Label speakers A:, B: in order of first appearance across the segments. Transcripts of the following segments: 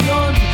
A: Uh, Oh,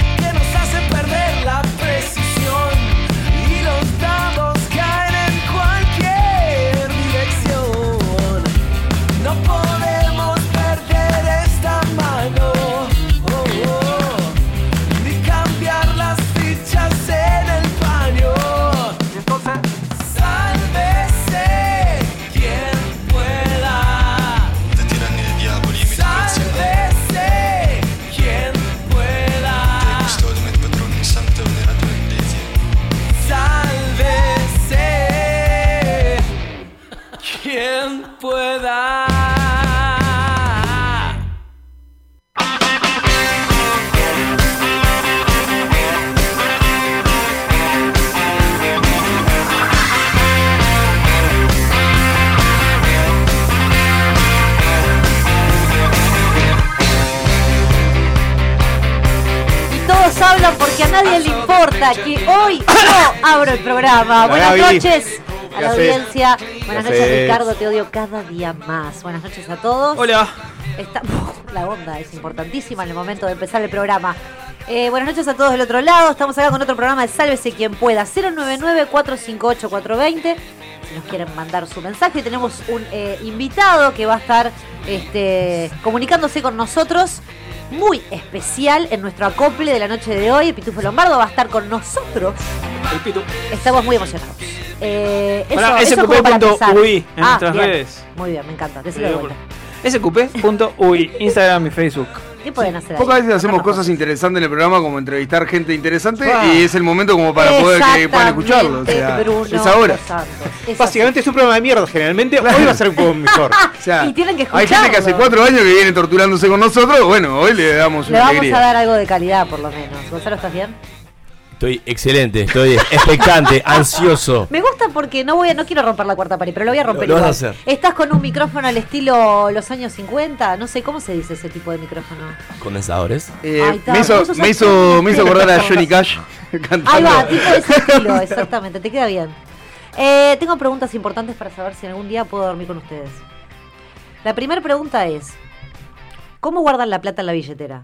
B: Bueno, porque a nadie le importa que hoy yo abro el programa.
C: Hola,
B: Buenas
C: Gaby.
B: noches a
C: ¿Qué
B: la
C: haces?
B: audiencia. Buenas
C: ¿Qué
B: noches,
C: haces?
B: Ricardo. Te odio cada día más. Buenas noches a todos.
D: Hola.
B: Está- La onda es importantísima en el momento de empezar el programa. Eh, buenas noches a todos del otro lado. Estamos acá con otro programa de Sálvese quien pueda. 099-458-420. Si nos quieren mandar su mensaje, tenemos un eh, invitado que va a estar este, comunicándose con nosotros. Muy especial en nuestro acople de la noche de hoy. Pitufo Lombardo va a estar con nosotros.
D: El pitu.
B: Estamos muy emocionados. Eh, eso,
D: Para
B: eso como para empezar.
D: sqp.ui en
B: Ah,
D: nuestras
B: bien.
D: redes.
B: Muy bien, me encanta.
D: Te
B: Decilo de
D: digo
B: vuelta.
D: por- sqp.ui, Instagram y Facebook.
B: ¿Qué pueden hacer ahí?
C: Pocas veces hacemos
B: Contarnos
C: cosas interesantes en el programa, como entrevistar gente interesante,
D: Ah.
C: y es el momento como para poder que puedan escucharlo. O sea,
B: Exactamente, Bruno
C: es ahora.
B: Dos Santos. Es así.
E: Básicamente es un programa de mierda generalmente. Hoy va a ser un poco mejor.
C: O sea,
B: Y tienen que
C: Hay gente que hace
B: escucharlo.
C: cuatro años que viene torturándose con nosotros. Bueno, hoy le damos
B: Le
C: una
B: vamos
C: alegría.
B: a dar algo de calidad, por lo menos. Gonzalo, ¿estás bien?
F: Estoy excelente, estoy expectante, ansioso.
B: Me gusta porque no voy a, no quiero romper la cuarta pared, pero lo voy a romper
F: Lo- lo
B: igual.
F: vas a hacer.
B: Estás con un micrófono al estilo los años 50, no sé cómo se dice ese tipo de micrófono.
F: Condensadores.
C: Eh,
B: Ay, está,
C: me, hizo,
B: vos sos
C: me,
B: así.
C: hizo, me hizo acordar a Johnny Cash cantando.
B: Ahí va, tipo de ese estilo, exactamente, te queda bien. Eh, tengo preguntas importantes para saber si algún día puedo dormir con ustedes. La primera pregunta es, ¿cómo guardan la plata en la billetera?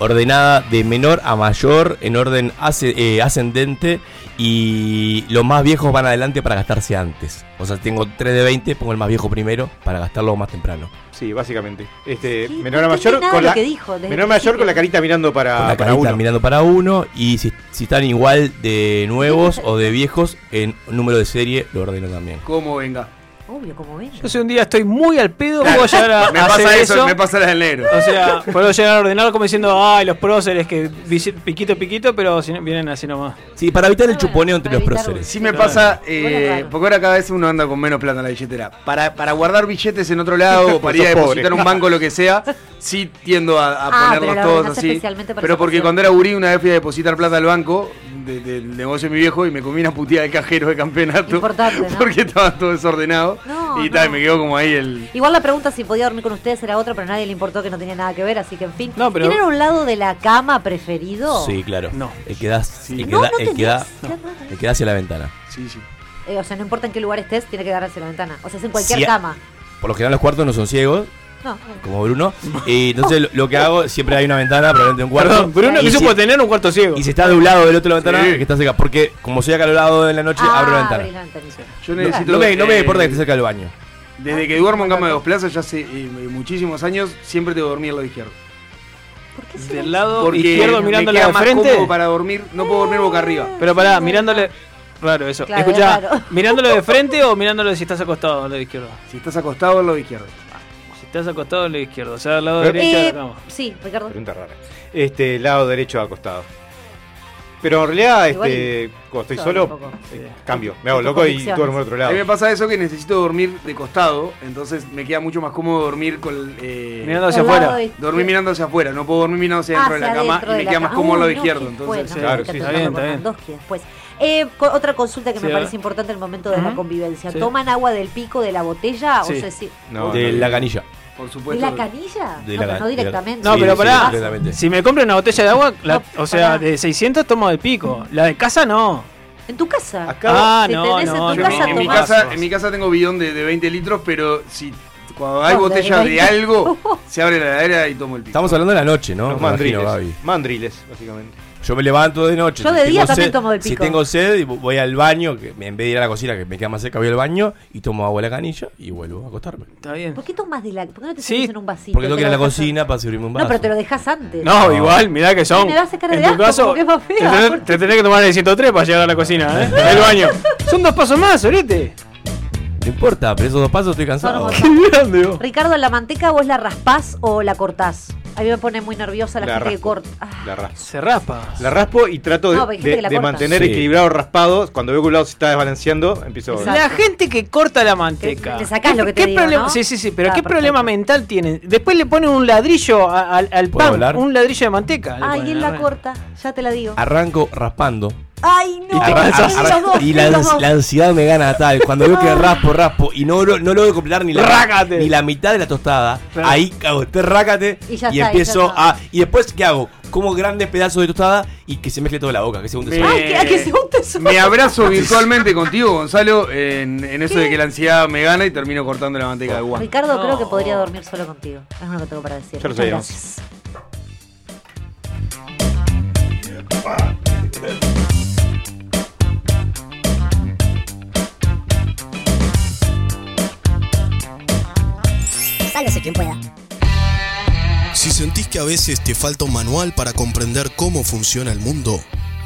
F: Ordenada de menor a mayor, en orden ase- eh, ascendente. Y los más viejos van adelante para gastarse antes. O sea, tengo 3 de 20, pongo el más viejo primero para gastarlo más temprano.
E: Sí, básicamente. Este,
B: Sí,
E: menor a
B: no entendí
E: mayor
B: nada
E: con
B: de
E: la
B: lo que dijo desde
E: menor a
B: el
E: mayor
B: principio.
E: con la carita mirando para,
F: Con la
E: para
F: carita
E: uno.
F: mirando para uno. Y si, si están igual de nuevos o de viejos, en número de serie lo ordeno también.
B: Ah,
C: ¿Cómo venga?
B: Obvio, como ven.
D: Yo si un día estoy muy al pedo, puedo llegar a
C: Me
D: a
C: pasa
D: hacer
C: eso, me pasa la del negro.
D: O sea, puedo llegar a ordenar como diciendo, ay, los próceres que visi- piquito, piquito, pero si no, vienen así nomás.
F: Sí, para evitar el
B: Bueno,
F: chuponeo entre
B: ah, para
F: los
B: evitar-
F: próceres.
C: Sí me
D: Claro.
C: pasa,
B: Bueno,
C: eh,
B: claro.
C: porque ahora cada vez uno anda con menos plata en la billetera. Para, para guardar billetes en otro lado, o para ir a
E: Sos
C: depositar a
E: pobre.
C: un banco, lo que sea, sí tiendo a, a
B: Ah, pero
C: ponerlos
B: lo
C: todos
B: ordenás
C: así.
B: especialmente para
C: Pero
B: esa
C: porque
B: ocasión.
C: cuando era gurí, una vez fui a depositar plata al banco de- del negocio de mi viejo y me comí una puteada de cajero de campeonato.
B: Importante, ¿no?
C: Porque estaba todo desordenado.
B: No,
C: y tal,
B: no.
C: me quedó como ahí el.
B: Igual la pregunta si podía dormir con ustedes era otra, pero a nadie le importó que no tenía nada que ver, así que en fin.
D: No, pero-
B: ¿Tienen un lado de la cama preferido?
F: Sí, claro. Eh,
D: No.
F: El que da, el que
B: No,
F: da-
B: no
F: el que da-
B: tenías.
F: el que da Eh, hacia la ventana.
C: Sí, sí.
B: Eh, o sea, no importa en qué lugar estés, tiene que dar hacia la ventana. O sea, es en cualquier
F: Sí.
B: cama.
F: Por lo general los cuartos no son ciegos,
B: No, bueno.
F: como Bruno. Y entonces lo, lo que hago, siempre hay una ventana, probablemente un cuarto.
D: Perdón, Bruno
F: y
D: que
F: si-
D: supo tener un cuarto ciego.
F: Y si está de un lado del otro la ventana,
C: Sí.
F: el que está cerca. Porque como soy acalorado en la noche,
B: Ah,
F: abro la
B: abrí
F: ventana.
B: ventanita.
C: Yo
F: No,
C: necesito.
F: no me, no me
C: eh,
F: importa que esté cerca del baño.
C: Desde que duermo en cama de dos plazas, ya hace eh, muchísimos años, siempre tengo que dormir al lado izquierdo.
B: ¿Por qué será?
D: Del lado
C: Porque
D: izquierdo
C: me
D: mirándola
C: queda
D: de
C: más
D: frente.
C: cómodo para dormir, no puedo dormir boca arriba.
B: Ah,
D: Pero pará, mirándole. Raro eso.
B: Claro,
D: Escuchá,
B: es raro.
D: mirándolo de frente o mirándolo si estás acostado al lado izquierdo.
C: Si estás acostado, al lado izquierdo.
D: Si estás acostado al lado izquierdo, o sea, al lado
E: Eh,
D: derecho de
B: Eh,
D: la cama.
B: sí, Ricardo.
E: Pregunta rara. Este, lado derecho acostado. Pero en realidad, este, cuando estoy
B: Todo un
E: solo,
B: poco.
E: eh, cambio. Me hago loco y
B: Convicciones.
E: duermo en otro
C: A
E: lado.
C: mí
D: Eh,
C: me pasa eso que necesito dormir de costado, entonces me queda mucho más cómodo dormir con... eh,
D: Mirando hacia
B: Del
D: afuera.
B: lado izquierdo.
C: Dormir mirando hacia afuera, no puedo dormir mirando hacia adentro de la
B: Hacia
C: cama
B: adentro
C: y me
B: Ah, de la
C: queda más
B: cama.
C: cómodo
B: Uy,
C: al lado
B: no,
C: izquierdo.
B: qué
C: Entonces,
B: bueno,
E: Claro,
B: está
E: sí,
D: está
B: tocando
D: bien, está bien.
B: Landowski después. Eh, co- otra consulta que
D: Sí,
B: me
D: a
B: parece
D: ver.
B: importante en el momento de la
D: Ujú.
B: convivencia.
D: Sí.
B: ¿Toman agua del pico de la botella
D: Sí. pues,
B: o sea, sí-
E: No,
F: de
E: no,
F: la canilla.
C: por
B: de
C: supuesto.
B: la canilla?
F: De
B: no, pero
F: la
B: no
F: ca- de la-
B: directamente.
D: No, pero
F: sí,
D: pará.
F: directamente.
D: Si me compro una botella de agua, la-
B: No,
D: o sea,
B: pará.
D: de 600 tomo del pico. La de casa no.
B: En tu casa.
E: Acá- Claro,
D: ah,
B: si
D: no,
B: tenés en
D: no,
B: tu
C: Yo
D: no,
B: casa
C: en, mi- en mi
B: tomás.
D: eh,
C: casa, en mi casa tengo bidón de, de 20 litros, pero si cuando hay
B: No, de
C: botella de
B: 20.
C: algo, se abre la heladera y tomo el pico.
F: Estamos hablando de la noche, ¿no?
E: los
F: Me imagino,
E: mandriles.
F: Gaby.
E: mandriles, básicamente.
F: Yo me levanto de noche.
B: Yo de
F: si
B: día
F: tengo
B: también
F: sed-
B: tomo del
F: Si
B: pico.
F: tengo sed, y voy al baño, que en vez de ir a la cocina, que me queda más cerca, voy al baño y tomo agua de la canilla y vuelvo a acostarme.
D: Está bien.
B: ¿Por qué tomas de la.? ¿Por qué no te
D: Sí,
B: sirves en un vasito?
F: Porque
B: Te
F: tengo que ir a
B: lo
F: la
B: dejas-
F: cocina para servirme un vaso.
B: No, pero te lo dejas antes.
D: No, igual, mirá que son.
B: Me das cara de
D: en tu
B: asco,
D: caso,
B: como que es más
D: te,
B: fea,
D: tenés-
B: porque-
D: te tenés que tomar el 103 para llegar a la cocina, ¿eh? El baño. Son dos pasos más, sorete.
F: No importa, pero esos dos pasos estoy
B: Son
F: cansado.
B: un
D: Qué grande, vos.
B: Ricardo, ¿la manteca vos la raspás o la cortás? A mí me pone muy nerviosa la,
E: La
B: gente que
E: raspo.
B: corta. Ah,
E: La raspo.
D: Se raspa.
E: La raspo y trato de,
B: No, pero hay gente
E: de-
B: que la
E: de
B: corta.
E: mantener
F: Sí.
E: equilibrado raspado. Cuando veo que un lado se está desbalanceando, empiezo
B: Exacto.
D: La gente que corta la manteca.
B: Te- te sacás lo que te
D: ¿Qué
B: digo,
D: problema?
B: ¿no?
D: Sí, sí, sí, pero
B: Ah,
D: ¿qué
B: perfecto.
D: problema mental tienen? Después le ponen un ladrillo a- al, al
F: ¿Puedo
D: pan,
F: hablar? Ah,
D: un ladrillo de manteca. le
B: Ay,
D: ponen,
B: él
D: a
B: la
D: ver.
B: corta, ya te la digo.
F: Arranco raspando
B: Ay, no.
F: Ah. Y, te
B: no, los
F: cansás.
B: dos,
F: Y la,
B: los dos.
F: ans- la ansiedad me gana tal. Cuando veo que raspo, raspo y no, no, no logro completar ni la,
D: Rácate.
F: ni la mitad de la tostada,
D: Claro.
F: ahí cago, te rácate
B: Y
F: y,
B: ya está,
F: empiezo
B: y ya está.
F: a. Y después, ¿qué hago? Como grandes pedazos de tostada y que se mezcle toda la boca, que se hunde
C: Me-
F: sola.
B: Ay, que, a que se junte su-
C: Me abrazo virtualmente contigo, Gonzalo, en, en eso de que la ansiedad me gana y termino cortando la manteca de guan.
B: Ricardo,
D: No.
B: creo que podría dormir solo contigo. Es lo que tengo para decir.
E: Ya lo
B: Muchas
E: sabíamos.
B: gracias.
G: Sálvese quien pueda.
H: Si sentís que a veces te falta un manual para comprender cómo funciona el mundo,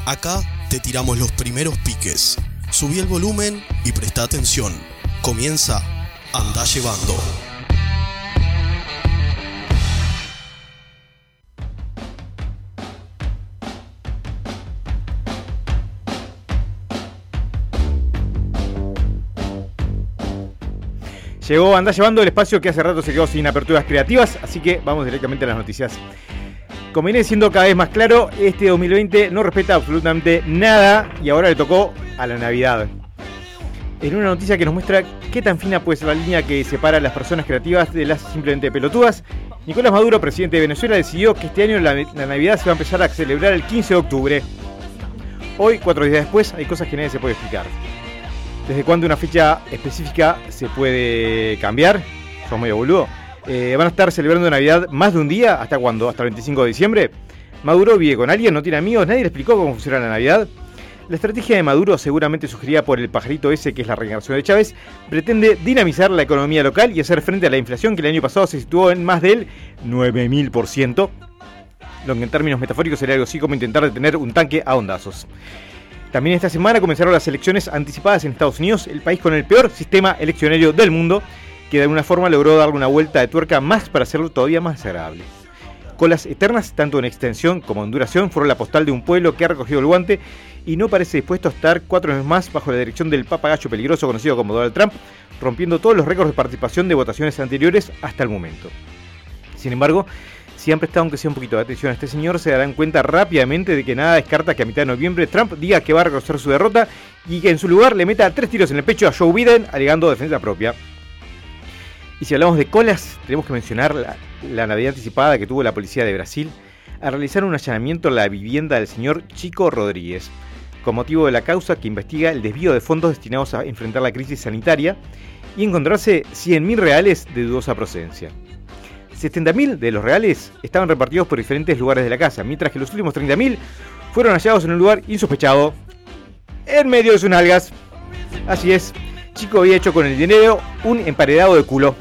H: acá te tiramos los primeros piques. Subí el volumen y presta atención. Comienza Andá Llevando.
E: Llegó, anda llevando el espacio que hace rato se quedó sin aperturas creativas, así que vamos directamente a las noticias. Como viene siendo cada vez más claro, este 2020 no respeta absolutamente nada y ahora le tocó a la Navidad. En una noticia que nos muestra qué tan fina puede ser la línea que separa a las personas creativas de las simplemente pelotudas, Nicolás Maduro, presidente de Venezuela, decidió que este año la, la Navidad se va a empezar a celebrar el 15 de octubre. Hoy, cuatro días después, hay cosas que nadie se puede explicar. ¿Desde cuándo una fecha específica se puede cambiar? Sos medio boludo. Eh, ¿Van a estar celebrando Navidad más de un día? ¿Hasta cuándo? ¿Hasta el 25 de diciembre? ¿Maduro vive con alguien? ¿No tiene amigos? ¿Nadie le explicó cómo funciona la Navidad? La estrategia de Maduro, seguramente sugerida por el pajarito ese que es la reencarnación de Chávez, pretende dinamizar la economía local y hacer frente a la inflación que el año pasado se situó en más del 9.000%, lo que en términos metafóricos sería algo así como intentar detener un tanque a ondazos. También esta semana comenzaron las elecciones anticipadas en Estados Unidos, el país con el peor sistema eleccionario del mundo, que de alguna forma logró darle una vuelta de tuerca más para hacerlo todavía más agradable. Colas eternas, tanto en extensión como en duración, fueron la postal de un pueblo que ha recogido el guante y no parece dispuesto a estar cuatro años más bajo la dirección del papagayo peligroso conocido como Donald Trump, rompiendo todos los récords de participación de votaciones anteriores hasta el momento. Sin embargo, si han prestado aunque sea un poquito de atención a este señor, se darán cuenta rápidamente de que nada descarta que a mitad de noviembre Trump diga que va a reconocer su derrota y que en su lugar le meta tres tiros en el pecho a Joe Biden alegando defensa propia. Y si hablamos de colas, tenemos que mencionar la, la Navidad anticipada que tuvo la policía de Brasil al realizar un allanamiento a la vivienda del señor Chico Rodríguez, con motivo de la causa que investiga el desvío de fondos destinados a enfrentar la crisis sanitaria y encontrarse 100.000 reales de dudosa procedencia. 70.000 de los reales estaban repartidos por diferentes lugares de la casa, mientras que los últimos 30.000 fueron hallados en un lugar insospechado, en medio de sus nalgas. Así es, Chico había hecho con el dinero un emparedado de culo.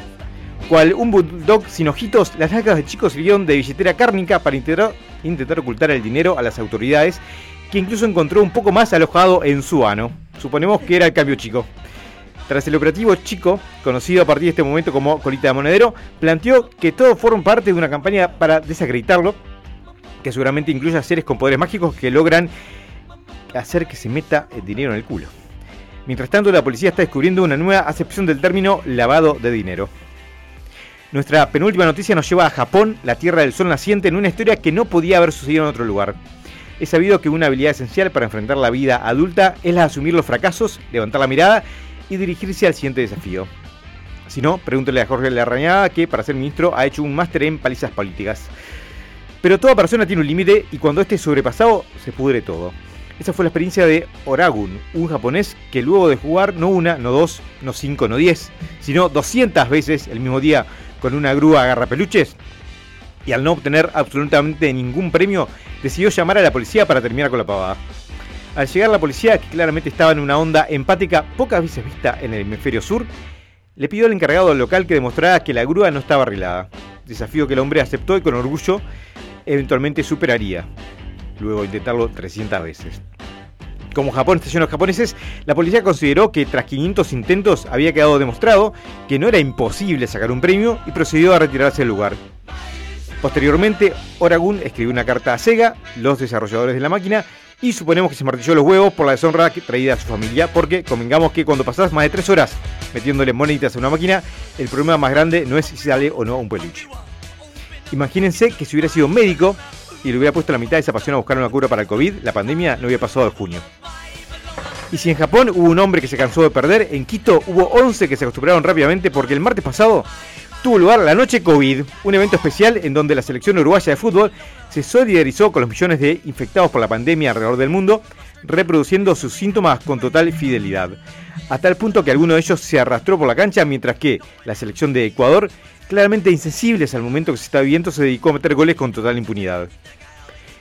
E: Cual un bulldog sin ojitos, las nalgas de Chico sirvieron de billetera cárnica para intentar, intentar ocultar el dinero a las autoridades, que incluso encontró un poco más alojado en su ano. Suponemos que era el cambio Chico. Tras el operativo Chico, conocido a partir de este momento como Colita de Monedero, planteó que todo forma parte de una campaña para desacreditarlo, que seguramente incluye a seres con poderes mágicos que logran hacer que se meta el dinero en el culo. Mientras tanto, la policía está descubriendo una nueva acepción del término lavado de dinero. Nuestra penúltima noticia nos lleva a Japón, la tierra del sol naciente, en una historia que no podía haber sucedido en otro lugar. Es sabido que una habilidad esencial para enfrentar la vida adulta es la de asumir los fracasos, levantar la mirada y dirigirse al siguiente desafío. Si no, pregúntele a Jorge Larrañaga que para ser ministro ha hecho un máster en palizas políticas. Pero toda persona tiene un límite y cuando este es sobrepasado se pudre todo. Esa fue la experiencia de Oragun, un japonés que luego de jugar no una, no dos, no cinco, no diez, sino 200 veces el mismo día con una grúa agarrapeluches y al no obtener absolutamente ningún premio, decidió llamar a la policía para terminar con la pavada. Al llegar la policía, que claramente estaba en una onda empática pocas veces vista en el hemisferio sur, le pidió al encargado del local que demostrara que la grúa no estaba arreglada. Desafío que el hombre aceptó y con orgullo eventualmente superaría. Luego de intentarlo 300 veces. Como Japón está lleno de japoneses, la policía consideró que tras 500 intentos había quedado demostrado que no era imposible sacar un premio y procedió a retirarse del lugar. Posteriormente, Oragun escribió una carta a Sega, los desarrolladores de la máquina, y suponemos que se martilló los huevos por la deshonra que- traída a su familia, porque convengamos que cuando pasás más de 3 horas metiéndole moneditas a una máquina, el problema más grande no es si sale o no un peluche. Imagínense que si hubiera sido médico y le hubiera puesto la mitad de esa pasión a buscar una cura para el COVID, la pandemia no hubiera pasado de junio. Y si en Japón hubo un hombre que se cansó de perder, en Quito hubo 11 que se acostumbraron rápidamente porque el martes pasado tuvo lugar la Noche COVID, un evento especial en donde la selección uruguaya de fútbol se solidarizó con los millones de infectados por la pandemia alrededor del mundo, reproduciendo sus síntomas con total fidelidad. A tal punto que alguno de ellos se arrastró por la cancha, mientras que la selección de Ecuador, claramente insensibles al momento que se está viviendo, se dedicó a meter goles con total impunidad.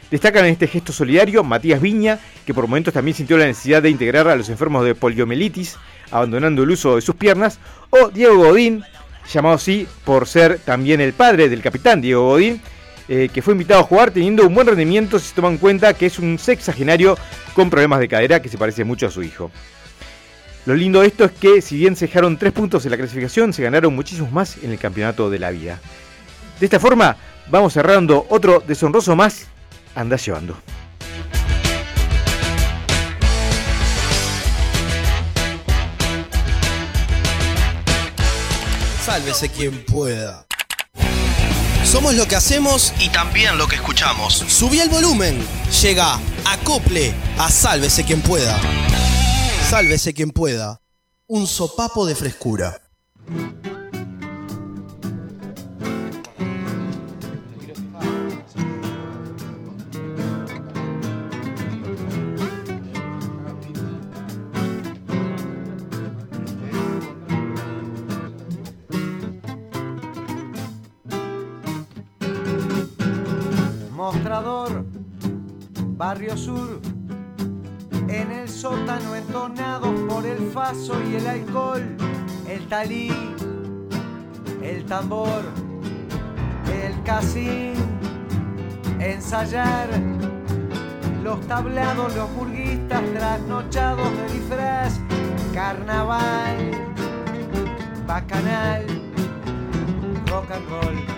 E: Destacan en este gesto solidario Matías Viña, que por momentos también sintió la necesidad de integrar a los enfermos de poliomielitis, abandonando el uso de sus piernas, o Diego Godín, llamado así por ser también el padre del capitán Diego Godín, eh, que fue invitado a jugar teniendo un buen rendimiento si se toma en cuenta que es un sexagenario con problemas de cadera que se parece mucho a su hijo. Lo lindo de esto es que si bien se dejaron tres puntos en la clasificación, se ganaron muchísimos más en el campeonato de la vida. De esta forma, vamos cerrando otro deshonroso más. Anda llevando.
H: Sálvese quien pueda. Somos lo que hacemos y también lo que escuchamos. Subí el volumen. Llega, acople, a sálvese quien pueda. Sálvese quien pueda. Un sopapo de frescura.
G: Mostrador, Barrio Sur, en el sótano entonados por el faso y el alcohol, el talí, el tambor, el casín, ensayar, los tablados, los burguistas trasnochados de disfraz, carnaval, bacanal, rock and roll.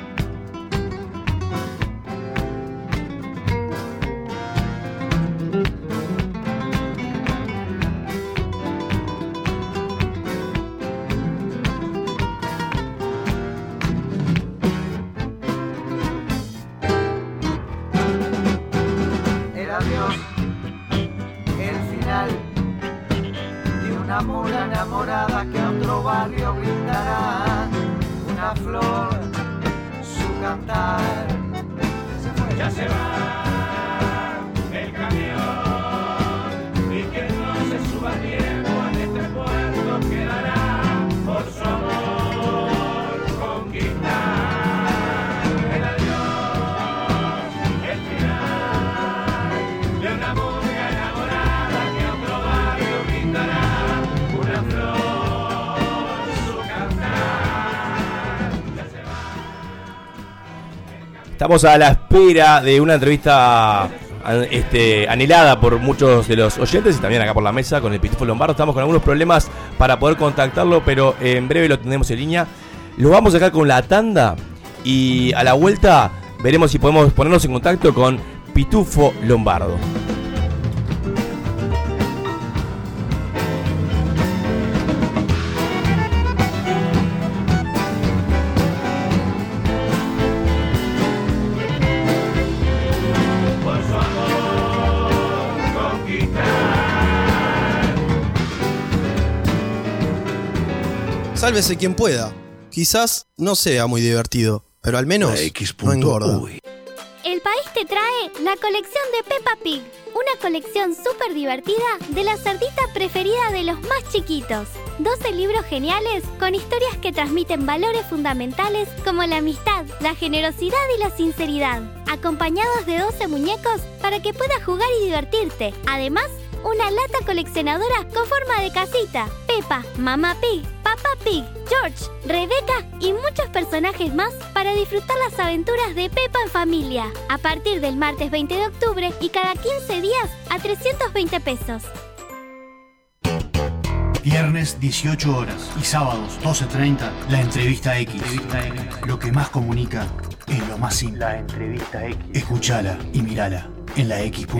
G: el adiós, el final de una mula enamorada que a otro barrio brindará una flor, su cantar. Se fue. Ya se va. este
F: Estamos a la espera de una entrevista an- este, anhelada por muchos de los oyentes y también acá por la mesa con el Pitufo Lombardo. Estamos con algunos problemas para poder contactarlo, pero eh, en breve lo tendremos en línea. Lo vamos a sacar con la tanda y a la vuelta veremos si podemos ponernos en contacto con Pitufo Lombardo.
H: Sálvese quien pueda. Quizás no sea muy divertido, pero al menos no engorda.
I: El país te trae la colección de Peppa Pig, una colección súper divertida de las artistas preferidas de los más chiquitos. 12 libros geniales con historias que transmiten valores fundamentales como la amistad, la generosidad y la sinceridad, acompañados de 12 muñecos para que puedas jugar y divertirte. Además, una lata coleccionadora con forma de casita. Peppa, Mamá Pig, Papá Pig, George, Rebeca y muchos personajes más para disfrutar las aventuras de Peppa en familia. A partir del martes 20 de octubre y cada 15 días a 320 pesos.
J: Viernes 18 horas y sábados 12.30, la entrevista X. Lo que más comunica es lo más simple. La entrevista X. Escuchala y mirala en la X.U.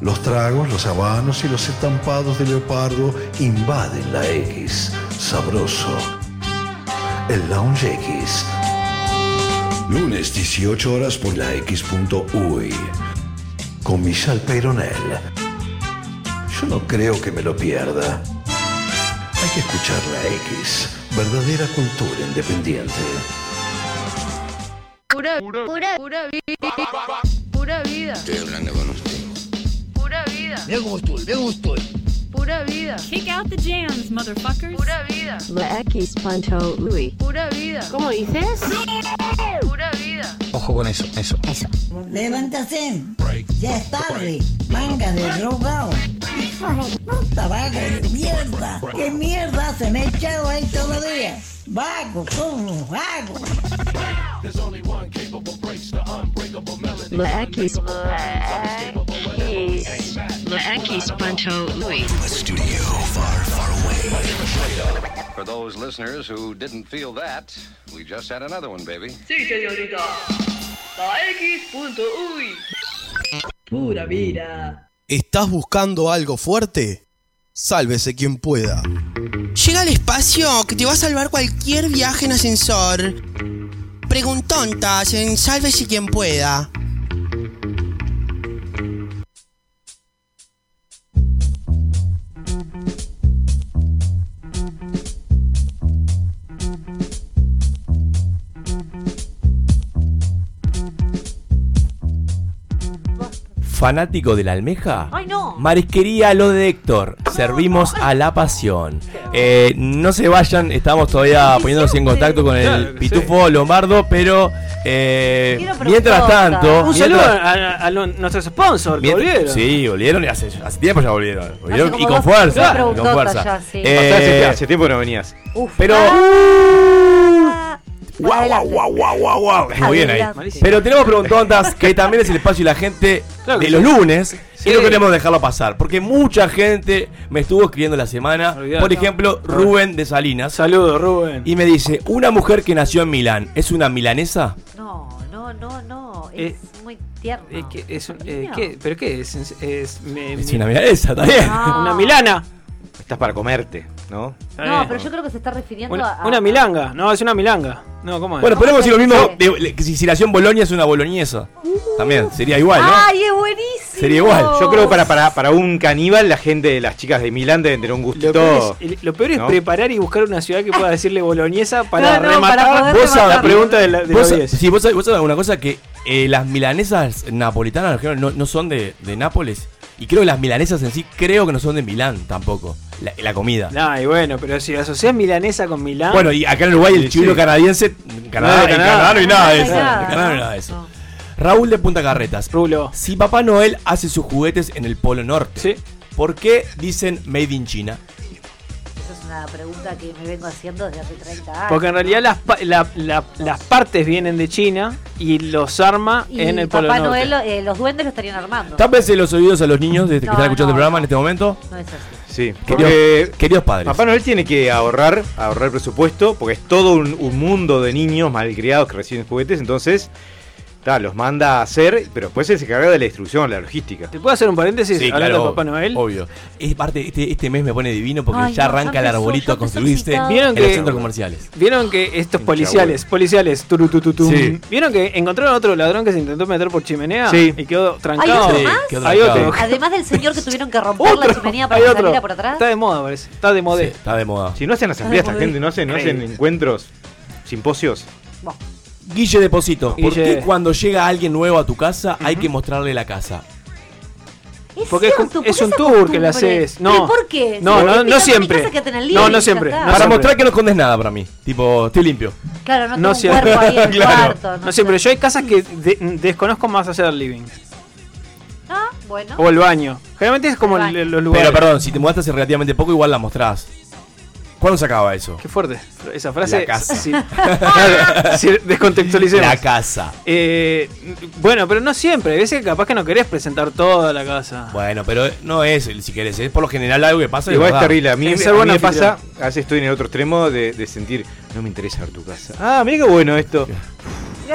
K: Los tragos, los habanos y los estampados de leopardo invaden la X. Sabroso. El Lounge X. Lunes 18 horas por la X.uy. Con Michelle Peyronel. Yo no creo que me lo pierda. Hay que escuchar la X. Verdadera cultura independiente.
A: Pura, pura, pura vida. Pura vida.
K: Estoy hablando con usted.
A: Pura vida.
K: Mira cómo estoy, mira cómo estoy.
A: Pura vida. Kick out the jams, motherfuckers. Pura vida.
L: La X Panto Louis.
A: Pura vida.
L: ¿Cómo dices?
A: Pura vida.
M: Ojo con eso, eso.
N: Levántate. Ya es tarde. Manga de drogado. Puta vaga de mierda. ¿Qué mierda se me ha echado ahí todavía? Vago, como vago.
L: La X. La X Panto Louis.
K: Studio far, far away.
O: For those listeners who didn't feel that, we just had another one, baby.
A: Sí, señorita. La X.uy. Pura vida.
H: ¿Estás buscando algo fuerte? Sálvese quien pueda.
P: Llega al espacio que te va a salvar cualquier viaje en ascensor. Preguntontas en Sálvese quien pueda.
F: Fanático de la almeja.
B: Ay, no.
F: Marisquería Lo de Héctor. Servimos a la pasión. Eh, no se vayan, estamos todavía poniéndonos en contacto con el Pitufo Lombardo, pero eh, mientras tanto.
D: Un
F: mientras-
D: saludo a, a- a lo- nuestros sponsors, que
F: Mient-
D: volvieron.
F: Sí, volvieron y hace, hace tiempo ya volvieron. Volvieron
D: como
F: y con
D: dos- dos
F: fuerza. y con
D: preguntotas
F: fuerza.
D: ya, sí.
F: Eh,
E: Hace, hace tiempo que no venías.
F: pero.
B: Ah. Guau, guau,
F: guau, guau, guau, guau. Muy bien ahí.
D: Malísimo.
F: Pero tenemos preguntontas que también es el espacio de la gente
D: Claro que
F: de los
D: sí.
F: lunes.
D: Sí.
F: Y no queremos dejarlo pasar. Porque mucha gente me estuvo escribiendo la semana.
D: Olvidate.
F: Por ejemplo, Rubén de Salinas.
D: Saludos, Rubén.
F: Y me dice: Una mujer que nació en Milán, ¿es una milanesa?
B: No, no, no, no. Es
D: Eh,
B: muy tierno.
D: Eh, ¿qué es un- eh, ¿qué? ¿Pero qué es? Es, es- me-
F: Es
D: mi-
F: una milanesa también.
B: No.
D: Una milana.
E: Estás para comerte, ¿no?
B: No, pero yo creo que se está refiriendo
D: Una,
B: a.
D: una milanga. No, es una milanga. No, ¿cómo es?
F: Bueno, podemos decir lo mismo. de- que si, si nació en Bolonia, es una boloñesa. También, sería igual, ¿no?
B: ¡Ay, es buenísimo!
F: Sería igual.
E: Yo creo que para, para, para un caníbal, la gente de las chicas de Milán deben tener un
D: Lo peor
E: gustito.
D: es, el- lo peor es
E: ¿No?
D: preparar y buscar una ciudad que pueda decirle boloñesa para
B: No, no, para
D: rematar
B: poder
D: vos a la
B: rematar.
D: pregunta de la, de la
F: ¿Vos,
D: audiencia.
F: sí, vos sabés, vos sabés una cosa que eh, las milanesas napolitanas en general, no, no son de, de Nápoles. Y creo que las milanesas en sí creo que no son de Milán tampoco. La, la comida.
D: Nah, y bueno, pero si asociás milanesa con Milán.
F: Bueno, y acá en Uruguay el
D: ¿Ah? Sí,
F: chivilo
D: sí.
F: canadiense, en Canadá,
D: No,
F: en
D: de Canadá.
F: Canadá no hay nada de
D: No
F: eso.
D: hay
F: En
D: nada.
F: Canadá no hay nada de eso. Raúl de Punta Carretas. Si Papá Noel hace sus juguetes en el Polo Norte, ¿por qué dicen Made in China?
B: Esa es una pregunta que me vengo haciendo desde hace 30 años.
D: Porque en realidad las, pa- la- la- las partes vienen de China y los arma
B: Y
D: en el
B: Papá
D: Polo Norte.
B: Noel, eh, los duendes lo estarían armando.
F: Tápense los oídos a los niños desde que
B: No,
F: están escuchando
B: no,
F: el programa en este momento.
B: No es así.
E: Sí,
F: Queridos-
E: porque
F: queridos padres.
E: Papá Noel tiene que ahorrar, ahorrar presupuesto, porque es todo un, un mundo de niños malcriados que reciben juguetes, entonces ta, los manda a hacer, pero después él se encarga de la distribución, la logística.
D: ¿Te puedo hacer un paréntesis
F: Sí,
D: hablando de
F: claro,
D: Papá Noel?
F: Obvio. Es parte, este, este mes me pone divino porque
D: Ay,
F: ya
D: no,
F: arranca
D: ya
F: el
D: empezó,
F: arbolito
D: ya
F: a construirse
D: empezó
F: en
D: excitado.
F: los
D: Vieron
F: centros
D: que-
F: comerciales.
D: Vieron que estos policiales, policiales, turu, tu, tu, tum.
F: Sí.
D: vieron que encontraron otro ladrón que se intentó meter por chimenea
F: Sí.
D: y quedó
B: ¿Hay
D: trancado.
B: otro más?
D: Hay otro.
B: Además del señor que tuvieron que romper la chimenea para
D: hay
B: que
D: otro.
B: saliera por atrás.
D: Está de moda, parece. Está de moda.
F: Está de moda.
E: Si no hacen asambleas,
D: Ay,
E: esta gente no hacen, no hacen
D: increíble.
E: encuentros, simposios.
F: Guille Deposito, ¿por
E: Guille.
F: qué cuando llega alguien nuevo a tu casa hay que mostrarle la casa?
D: Porque es,
B: cierto,
D: un- es
B: porque
D: un
B: esa
D: tour que le
B: costumbre.
D: haces. No.
B: ¿Pero por qué?
D: No,
B: Si
D: no,
B: vos
D: no
B: invitás a mi
D: siempre.
B: casa, quédate en el
D: No,
B: living,
D: no
B: ya
D: siempre.
B: está.
F: para mostrar que no escondes nada para mí. Tipo, estoy limpio.
B: Claro, no,
D: No
B: tengo un
D: siempre.
B: cuerpo ahí en el
F: Claro.
B: cuarto. No,
D: No sé, pero yo hay casas que de- desconozco más allá del living.
B: Ah, bueno.
D: O el baño. Generalmente es como
B: El baño.
D: el- los lugares.
F: Pero perdón, si te mudaste hace relativamente poco, igual la mostrás. ¿Cuándo se acaba eso?
D: Qué fuerte. Esa frase.
F: La casa.
D: si- si descontextualicemos.
F: La casa.
D: Eh, bueno, pero no siempre. Hay veces que capaz que no querés presentar toda la casa.
F: Bueno, pero no es, el si querés, es por lo general algo que pasa. y
E: Igual
F: lo
E: es
F: da.
E: terrible. A mí,
F: Es
E: a
F: ser
E: mí
F: buena
E: me pasa,
F: anfitrión.
E: a veces estoy en el otro extremo de, de sentir, no me interesa ver tu casa. Ah, mira qué bueno esto.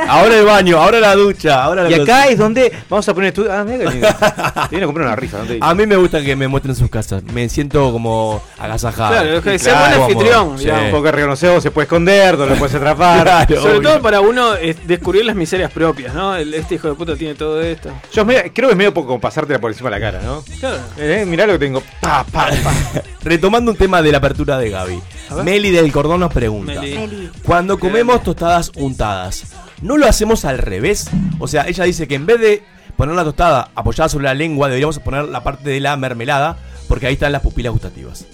F: Ahora el baño, ahora la ducha, ahora la
E: Y acá
F: cosa.
E: es donde vamos a poner estudio. Ah, mira qué lindo. Te viene a comprar una rifa. ¿no te digo?
F: A mí me gusta que me muestren sus casas. Me siento como agasajado.
D: Claro, es que sea
F: Claro,
D: buen
F: cómodo.
D: anfitrión,
F: Sí.
D: digamos.
E: Porque reconocemos, se puede esconder, no lo puedes atrapar.
D: Sobre todo para uno eh, descubrir las miserias propias, ¿no? El- este hijo de puta tiene todo esto.
E: Yo es medio- creo que es medio poco como pasártela por encima de la cara, ¿no?
D: Claro.
E: Eh, mirá lo que tengo. Pa, pa, pa.
F: Retomando un tema de la apertura de Gaby.
E: A ver.
F: Meli del Cordón nos pregunta.
D: Meli. Meli.
F: Cuando comemos tostadas untadas, ¿no lo hacemos al revés? O sea, ella dice que en vez de poner la tostada apoyada sobre la lengua, deberíamos poner la parte de la mermelada, porque ahí están las pupilas gustativas.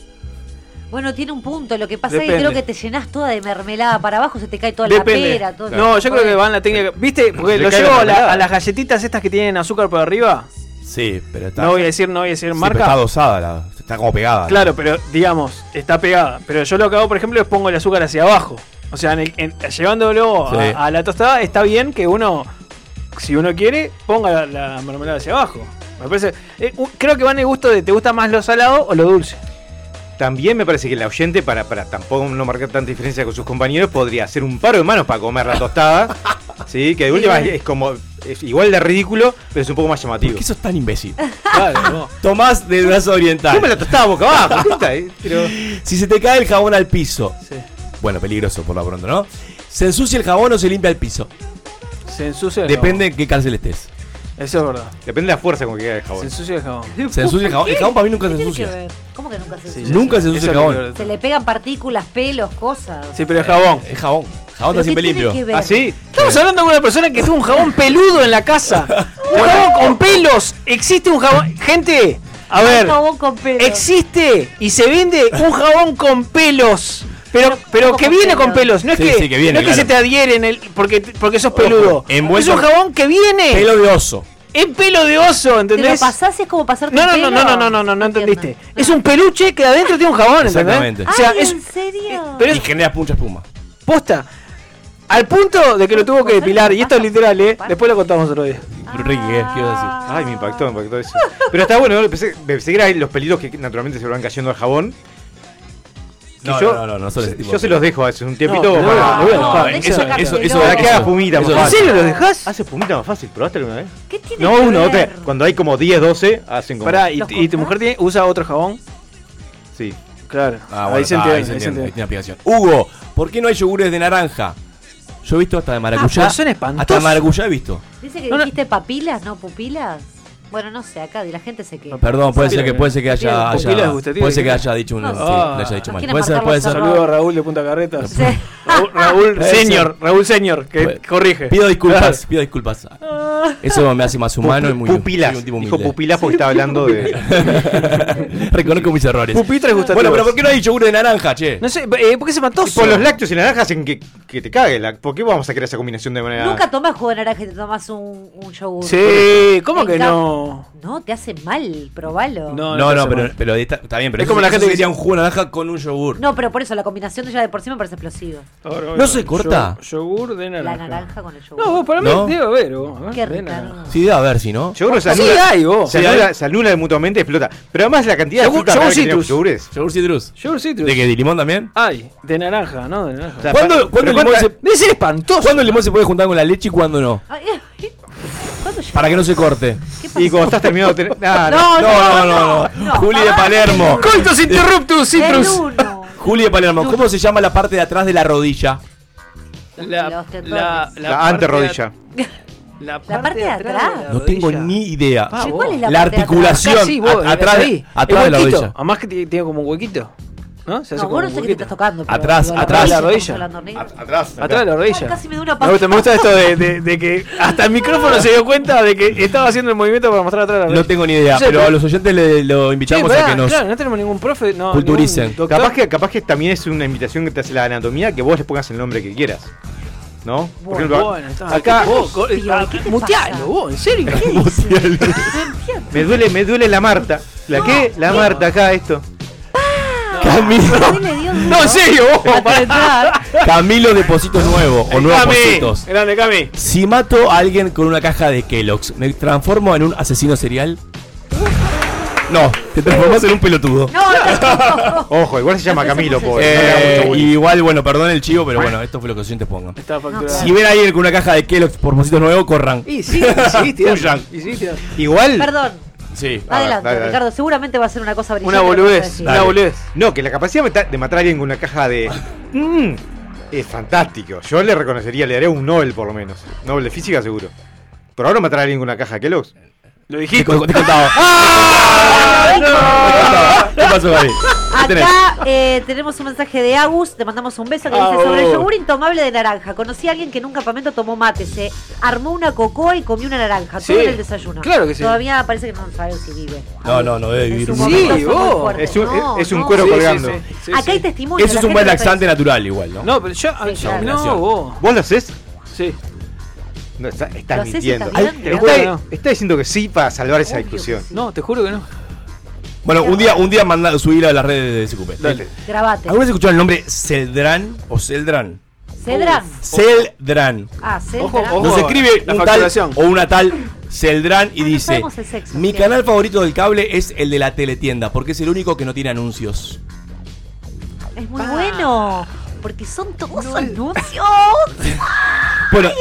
B: Bueno, tiene un punto. Lo que pasa es que
F: Depende.
B: creo que te llenas toda de mermelada para abajo, se te cae toda la pera. Todo
D: No, yo creo que van la técnica. ¿Viste? Porque
F: Le
D: lo
F: cae
D: llevo
F: la
D: a, la-
F: mermelada.
D: a las galletitas estas que tienen azúcar por arriba.
F: Sí, pero está.
D: No voy a decir, no voy a decir
F: Sí, pero
D: marca.
F: Está dosada, la- está como pegada.
D: Claro, pero digamos, está pegada. Pero yo lo que hago, por ejemplo, es pongo el azúcar hacia abajo. O sea, en el- en- llevándolo
F: Sí.
D: a, a la tostada, está bien que uno, si uno quiere, ponga la, la mermelada hacia abajo. Me parece. eh, u- creo que va en el gusto de te gusta más lo salado o lo dulce.
E: También me parece que la oyente, para, para tampoco no marcar tanta diferencia con sus compañeros, podría hacer un paro de manos para comer la tostada. sí, que de última es, es como es igual de ridículo, pero es un poco más llamativo.
F: ¿Por qué sos tan imbécil?
D: Claro, no.
F: Tomás del brazo oriental.
E: Yo me la tostaba boca abajo, ¿qué está, eh? Pero-
F: Si se te cae el jabón al piso.
D: Sí.
F: Bueno, peligroso por lo pronto, ¿no? ¿Se ensucia el jabón o se limpia el piso?
D: Se ensucia el
F: Depende en qué cárcel estés.
D: jabón. Eso es verdad.
E: Depende de la fuerza con que cae el
D: Se
E: jabón.
D: ensucia el jabón.
F: Se ensucia el jabón. El jabón para mí nunca se
B: ¿Qué tiene
F: ensucia.
B: que ver? ¿Cómo que nunca se ensucia?
F: Nunca se
D: Eso
F: ensucia el
D: es lo
F: jabón.
B: Se le pegan partículas, pelos, cosas.
D: Sí, pero es jabón.
F: Es jabón. Jabón
B: ¿Pero
F: está
B: qué
F: siempre
B: tiene
F: limpio.
B: que ver?
F: ¿Ah, sí?
D: Estamos hablando con una persona que tuvo un jabón peludo en la casa. Un jabón con pelos. Existe un jabón. Gente, a ver.
B: Un jabón con pelos.
D: Existe y se vende un jabón con pelos. Pero, pero que viene con pelos, no es
F: Sí,
D: que,
F: sí, que viene,
D: no es que
F: claro.
D: se te adhiere en el, porque, porque sos peludo. es
F: envuelto
D: un jabón que viene.
F: Pelo de oso.
D: Es pelo de oso,
B: Te lo
D: ¿entendés?
B: pasás y es como pasarte
D: No,
B: un
D: no, no, no,
B: pelo.
D: no, no, no, no, no entendiste. Es un peluche que adentro tiene un jabón, ¿entendés?
F: Exactamente.
D: O sea,
B: Ay,
D: es
B: ¿en serio?
D: pero
F: Y
D: es
F: genera mucha espuma.
D: posta. Al punto de que lo tuvo que depilar, y esto es literal, ¿eh? Después lo contamos otro día.
F: Ricky, ¿qué qué ibas a
E: Ay, me impactó, me impactó eso. Pero está bueno, ¿no? pensé, pensé que eran los pelitos que naturalmente se van cayendo al jabón. Que
F: No,
E: yo,
F: no, no, no son ese tipo
E: yo
F: de
E: se los dejo hace un tiempito
D: No, pero
E: para-
D: no, no,
E: para-
D: no, eso-
E: para
D: eso-
E: que
D: eso-
E: haga
D: eso-
E: fumita más
D: eso- ¿En
E: fácil.
D: serio los dejás?
E: Hace fumita más fácil, ¿probaste alguna vez?
B: ¿Qué tiene
E: No,
B: que
E: uno,
B: ver?
E: otra. Cuando hay como 10, 12, hacen como.
D: Pará, ¿y,
B: ¿Los
D: y tu mujer tiene, usa otro jabón?
E: Sí.
D: Claro.
F: Ah, bueno,
D: ahí se
F: está,
D: entiende.
F: ahí se
D: ahí se
F: entiende, ahí
D: entiende.
F: tiene aplicación. Hugo, ¿por qué no hay yogures de naranja? Yo he visto hasta de maracuyá.
D: Ah, pero son espantosos.
F: hasta maracuyá he visto.
B: Dice que
D: No, no.
B: dijiste papilas, no pupilas. Bueno, no sé, acá la gente se queja.
F: Perdón, puede ser que puede ser que haya,
D: Pupilas
F: haya-
D: gustativas,
F: puede ser que
D: ¿qué?
F: haya dicho un,
B: No
F: sí,
B: sé.
F: le haya dicho
B: Nos
F: mal.
B: quieren
F: Puede ser,
B: marcar
F: puede
B: los
F: ser.
B: errores.
D: Saludo a Raúl de Punta Carreta.
B: Sí.
D: Raúl, Raúl
F: Puede ser.
D: Señor, Raúl Señor, que
F: Puede-
D: corrige.
F: Pido disculpas, pido disculpas. Eso me hace más humano y muy
E: Pupilas.
F: soy un tipo
E: Dijo
F: humilde.
E: pupilas porque estaba hablando de.
F: Reconozco mis errores.
D: Pupitres gustativos.
F: Bueno, pero ¿por qué no hay yogur de naranja, che?
D: No sé, eh, ¿por qué se mató?
E: Y Por los lácteos y naranjas hacen que, que te cague. La, ¿Por qué vamos a crear esa combinación de manera.?
B: Nunca tomás jugo de naranja y te tomás un, un yogur.
D: Sí, ¿cómo que
B: Venga.
D: no?
B: No, te hace mal, probalo. No.
F: No,
D: te
F: no,
D: hace
F: pero,
D: mal.
F: pero está, está bien. Pero
D: Es como la gente que
F: sería un
D: dice-
F: jugo de naranja con un yogur.
B: pero por eso la combinación de ya de por sí me parece explosiva.
F: ¿No se corta?
D: Yo- Yogur de naranja.
B: La naranja con el yogur.
D: No, vos, para mí
F: ¿No?
D: debe haber. vos, ¿eh?
B: Qué
D: De
B: rica.
D: naranja.
F: Sí, debe haber, si no.
E: Yo creo que se
D: Sí,
E: anula,
D: hay, vos.
E: se
F: Sí,
E: anula,
F: hay.
E: se anula mutuamente explota. Pero además la cantidad
D: Yogur-
E: de fruta rara
D: yogur
E: que tenemos,
D: citrus.
E: yogures.
F: Yogur citrus.
D: Yogur citrus.
F: ¿De qué? ¿De limón también?
D: Ay, de naranja, ¿no? De
E: O
D: naranja.
E: sea,
F: ¿Cuándo-
E: pa-
F: cuándo
E: pero
F: el limón
E: cuánta-
F: se-
D: Debe ser espantoso.
F: ¿Cuándo el limón se puede juntar con la leche y cuándo no?
B: Ay, ay, ¿cuándo llegó?
F: Para que no se corte.
B: ¿Qué
E: Y cuando estás terminado. Ten... Ah, no.
F: No, no, no, no.
B: no.
F: Juli de Palermo.
D: Coitus interruptus
B: El
D: citrus.
B: uno.
F: Juli de Palermo, ¿cómo se llama la parte de atrás de la rodilla?
B: Los tendones.
E: La, anterrodilla.
B: La parte de atrás.
D: de la
F: No tengo
D: rodilla.
F: ni idea.
D: Ah,
B: Che,
D: vos.
B: ¿Cuál es la,
F: La
B: parte de atrás?
F: articulación
D: Casi, vos,
F: a- atrás,
D: ves
F: de-
D: ahí.
F: atrás de
D: El
F: la
D: huequito.
F: rodilla.
D: Además que tiene tiene como un huequito. ¿No? Se hace
B: No,
D: como
B: vos
D: un
B: no sé qué te
D: huequito.
B: estás tocando. pero
F: Atrás,
B: digo, la
F: atrás.
B: rodilla,
D: La
B: estamos
D: rodilla.
B: hablando, negro.
F: Atrás.
D: Atrás de la
B: Ay,
D: rodilla.
B: Casi me da una
D: Me gusta, me gusta esto de, de- de que hasta el micrófono se dio cuenta de que estaba haciendo el movimiento para mostrar atrás de la
F: No
D: rodilla.
F: tengo ni idea,
D: Sí,
F: pero
D: pero-
F: a los oyentes le- lo
D: Che,
F: invitamos
D: pará,
F: a que nos.
D: Claro, no tenemos ningún profe. No,
F: culturicen.
D: ningún doctor.
E: Capaz que, capaz que también es una invitación que te hace la anatomía que vos le pongas el nombre que quieras. ¿No? Por ejemplo,
D: Bueno, está.
E: acá
D: Vos, co-
B: Tío,
D: ah,
B: ¿qué te
D: mutealo,
B: pasa?
D: vos, en serio.
E: me duele, me duele la Marta. ¿La qué? La Marta acá, esto.
D: No,
F: Camilo.
D: No, en serio, vos, para
F: Camilo Depósitos Nuevo o Nuevos
D: Cami,
F: Positos.
D: Grande, Cami.
F: Si mato a alguien con una caja de Kellogg's, ¿me transformo en un asesino serial? No, te transformas en un pelotudo.
E: Ojo, igual se llama Camilo, pobre.
F: Eh,
E: No le haga mucho bullying.
F: igual, bueno, perdón el chivo, pero bueno, esto fue lo que los oyentes pongan.
D: Está facturado.
F: Si ven a alguien con una caja de Kellogg's por Positos Nuevo, corran.
D: Y sí, y sí, tirando,
F: Huyan.
D: y sí, tirando.
B: Perdón,
F: Sí.
B: adelante, Ricardo. Seguramente va a ser una cosa brillante.
E: Una
B: lo que vas a
E: boludez,
B: decir.
E: Ah, una boludez. No, que la capacidad meta- de matar a alguien con una caja de. Mm, es fantástico. Yo le reconocería, le daría un Nobel por lo menos. Nobel de física seguro. Pero ahora matar a alguien con una caja de Kellogg's.
D: Lo dijiste.
E: Te,
F: contaba. ¿Qué pasó, Gaby?
B: Acá eh, tenemos un mensaje de Agus, te mandamos un beso que dice
F: Agus.
B: sobre el yogur intomable de naranja. Conocí a alguien que en un campamento tomó mate, se armó una cocoa y comió una naranja,
F: Sí,
B: todo en el desayuno.
F: claro que sí.
B: Todavía parece que no sabe si vive.
F: No, no, no debe vivir.
B: su
F: mucho.
B: momento Sí, fue muy vos. fuerte.
F: Es un,
B: No,
F: es un
B: no.
F: cuero
B: Sí, sí,
F: colgando.
B: sí. Acá hay testimonio.
F: Eso es un buen laxante natural igual, ¿no?
D: No, pero yo. yo-
F: claro.
D: no, vos.
E: ¿Vos lo haces?
D: Sí.
E: No, está- estás
D: Lo haces y
E: mintiendo.
D: estás
E: Ay,
D: mintiendo.
E: Está,
D: Te juro que
E: está diciendo que sí para salvar esa discusión.
D: No, te juro que no.
F: Bueno, un día, un día manda, subir a las redes de SQP. Dale.
B: Grabate.
F: ¿Alguna vez escucharon el nombre Celdran o Celdran?
B: Cedra.
F: Celdran.
B: Ah, Cedra.
F: Nos
B: eh,
F: escribe
D: la
F: un tal
D: facturación.
F: o una tal Celdran y dice:
B: sabemos el sexo,
F: Mi
B: bien.
F: canal favorito del cable es el de la teletienda, porque es el único que no tiene anuncios.
B: Es muy bueno. Porque son todos anuncios.
F: Bueno,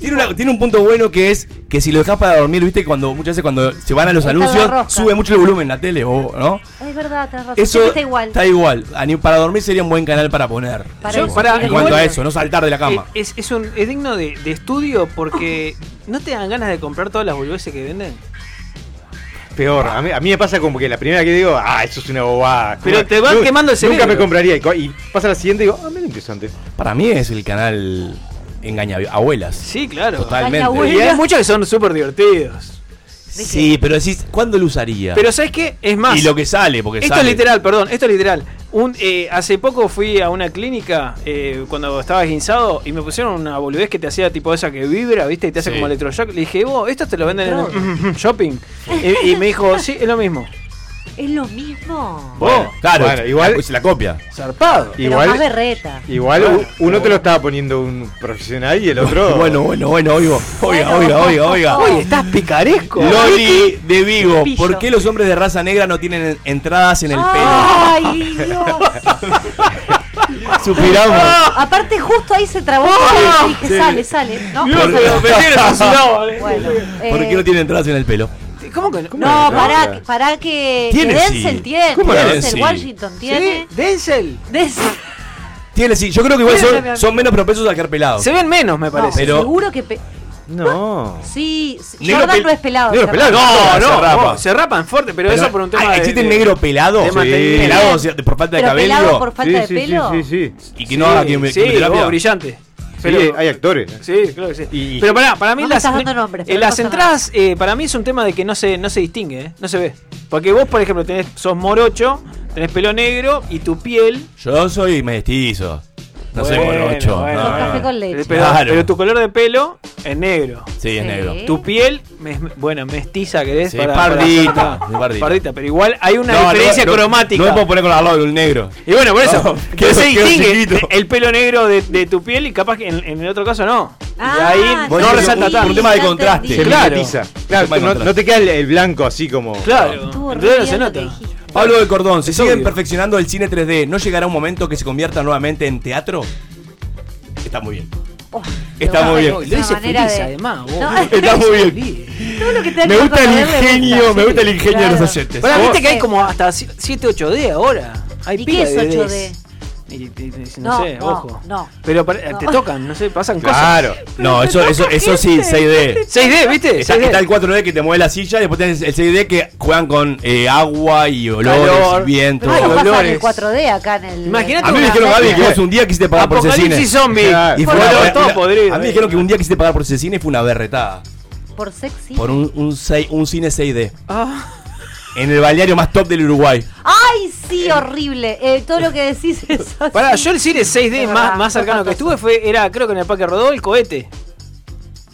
F: tiene, una- tiene un punto bueno que es que si lo dejas para dormir, viste, cuando muchas veces cuando se van a los
B: Está en la
F: anuncios,
B: rosca.
F: sube mucho el volumen en la tele, o, ¿no?
B: Es verdad, tenés razón.
F: Eso
B: Siempre está igual.
F: Está igual. A ni- Para dormir sería un buen canal para poner.
B: Para
F: Yo-
B: eso,
F: para-
B: mira,
F: en cuanto a
B: igual-
F: eso, no saltar de la cama.
D: Eh, Es, es un, es digno de, de estudio porque no te dan ganas de comprar todas las boludeces que venden.
E: Peor, a mí, a mí me pasa como que la primera que digo, ah, eso es una bobada.
D: Pero
E: Como-
D: te van
E: nunca-
D: quemando el cerebro.
E: Nunca me compraría. Y, co- y pasa la siguiente y digo, ah, mira interesante.
F: Para mí es el canal engaña abuelas.
D: Sí, claro.
F: Totalmente.
D: Y hay muchos que son súper divertidos.
F: Sí, pero decís, ¿cuándo lo usaría?
D: Pero ¿sabes qué? Es más.
F: Y lo que sale, porque
D: Esto es
F: sale.
D: literal, perdón, esto es literal. Un, eh, hace poco fui a una clínica eh, cuando estaba guinzado y me pusieron una boludez que te hacía tipo esa que vibra, ¿viste? Y te hace
F: Sí.
D: como electroshock. Le dije, vos, esto te lo venden en
B: Electrodo.
D: el shopping. y, y me dijo, sí, es lo mismo. Oh.
B: Es lo mismo.
F: Bueno, claro,
E: Bueno, igual-
F: la- es la copia.
D: Zarpado.
B: Pero más berreta.
E: Igual u- uno te lo estaba poniendo un profesional y el otro.
F: Bueno, bueno, bueno, oigo. Oiga, oiga, oiga, oiga.
D: Oye, estás picaresco.
F: Loli de Vigo,
D: Pillo.
F: ¿por qué los hombres de raza negra no tienen entradas en el pelo?
B: Ay, Dios.
F: Suspiramos.
B: Aparte, justo ahí se trabó.
D: Ah.
B: y dije,
F: Sí.
B: sale, sale. No,
F: Por-
B: Bueno,
F: ¿Por
B: eh,
F: qué no tienen entradas en el pelo?
D: ¿Cómo que
B: No, pará, que- pará que. que
F: Tiene, sí.
B: Denzel tiene.
F: ¿Cómo no?
B: Denzel,
F: Sí.
B: Washington tiene.
D: Denzel.
B: Denzel.
F: Tiene, sí. Yo creo que igual
B: Mira, mira, mira.
F: son, son menos propensos a quedar pelados.
D: Se ven menos, me
B: No,
F: parece. Pero.
B: Seguro que. pe-
E: No.
B: Sí, sí,
F: Negro
B: Jordan
F: pel-
B: no es pelado.
F: negro
B: se
F: pelado,
B: rapa.
F: no,
D: No, no,
F: se
D: se
F: rapan.
D: rapan. fuerte, pero, eso por un tema
F: ah,
D: de-
F: ¿Existe
D: de-
F: el negro pelado?
D: de
F: Sí.
D: mantenimiento.
F: Pelado o sea, por falta de
B: ¿Pero
F: cabello.
B: pelado por falta de pelo?
F: Y que no haga que me-
D: Sí,
F: que me terapia.
D: vos, brillante.
E: Sí, hay actores.
D: Sí, claro que sí. Pero pará, para mí
B: No me
D: las,
B: estás dando nombres,
D: eh,
B: pero no
D: las
B: pasa
D: entradas, eh, para mí es un tema de que no se, no se distingue, eh, no se ve. Porque vos, por ejemplo, tenés, sos morocho, tenés pelo negro y tu piel.
F: Yo soy mestizo. No soy
D: Bueno,
F: morocho.
D: bueno, Eh,
F: no, no,
B: Café
F: no.
B: con leche.
D: Pero,
F: Claro.
D: pero tu color de pelo es negro.
F: Sí, es
B: Sí.
F: negro.
B: ¿Eh?
D: Tu piel, mes- bueno, mestiza querés.
F: Sí, pardita, sí, pardita.
D: Pero igual hay una
F: No, no,
D: diferencia
F: no,
D: cromática.
F: No me puedo poner con la lobby un negro.
D: Y bueno, por eso,
F: No,
D: que
F: quedo-
D: se
F: quedo
D: distingue
F: chiquito.
D: el pelo negro de, de tu piel y capaz que en, en el otro caso no.
B: Ah,
D: y ahí
F: Vos
D: no
F: decís,
D: resalta
E: "Uh,
F: un-
D: tanto.
F: un tema de contraste.
E: Se
D: Claro.
E: mimetiza. Claro,
F: Tema de
E: no,
F: contraste.
E: no te queda el, el blanco así como.
D: Claro.
B: Estuvo
D: Entonces
B: re
D: se
B: bien lo
D: nota.
B: que dijiste.
F: Pablo de Cordón, si
D: Es
F: siguen
D: obvio.
F: perfeccionando el cine 3D, ¿no llegará un momento que se convierta nuevamente en teatro? Está muy bien.
B: Oh,
F: Está muy bien.
D: Lo dice
B: manera
D: feliz
B: de-
D: además, vos.
B: No.
F: Está muy bien.
B: Todo lo que te
F: Me
B: hagan
F: gusta el
B: comer, me
F: ingenio,
B: gusta,
F: me
B: sí,
F: gusta el ingenio de los
B: claro.
F: oyentes.
D: Pará,
F: Vos-
D: viste que hay como hasta 7, 8D ahora. Hay
B: ¿Y
D: pila
B: qué es
D: de
B: 8D?
D: Ds. Y- y- y- No,
B: No,
D: sé,
B: no,
D: ojo.
B: no.
D: Pero para- te tocan, no sé, pasan
F: Claro.
D: cosas.
F: No, eso, eso, eso sí, 6D.
D: 6D, ¿viste?
F: Está,
D: 6D.
F: está el 4D que te mueve la silla, después tenés el 6D que juegan con eh, agua y olores,
D: Calor.
F: viento.
B: Pero eso pasa en el
D: Dolores.
B: 4D acá en el.
D: Imagínate
F: A mí me dijeron, Gaby, que vos un día quisiste pagar por ese cine.
D: Apocalipsis zombie.
F: Y fue
D: Por
F: una- eh.
D: lo
F: una-
D: todo podrido.
F: a mí me dijeron que un día quisiste pagar por ese cine y fue una berretada.
B: Por sexy.
F: Por un, un, sei- un cine 6D.
D: Ah.
F: En el balneario más top del Uruguay.
B: Ay, sí, horrible. Eh, todo lo que decís es así.
D: Pará, yo el cine 6D
B: Es
D: más,
B: verdad,
D: más cercano que
B: fue
D: estuve fue, era creo que en el Parque Rodó, el cohete.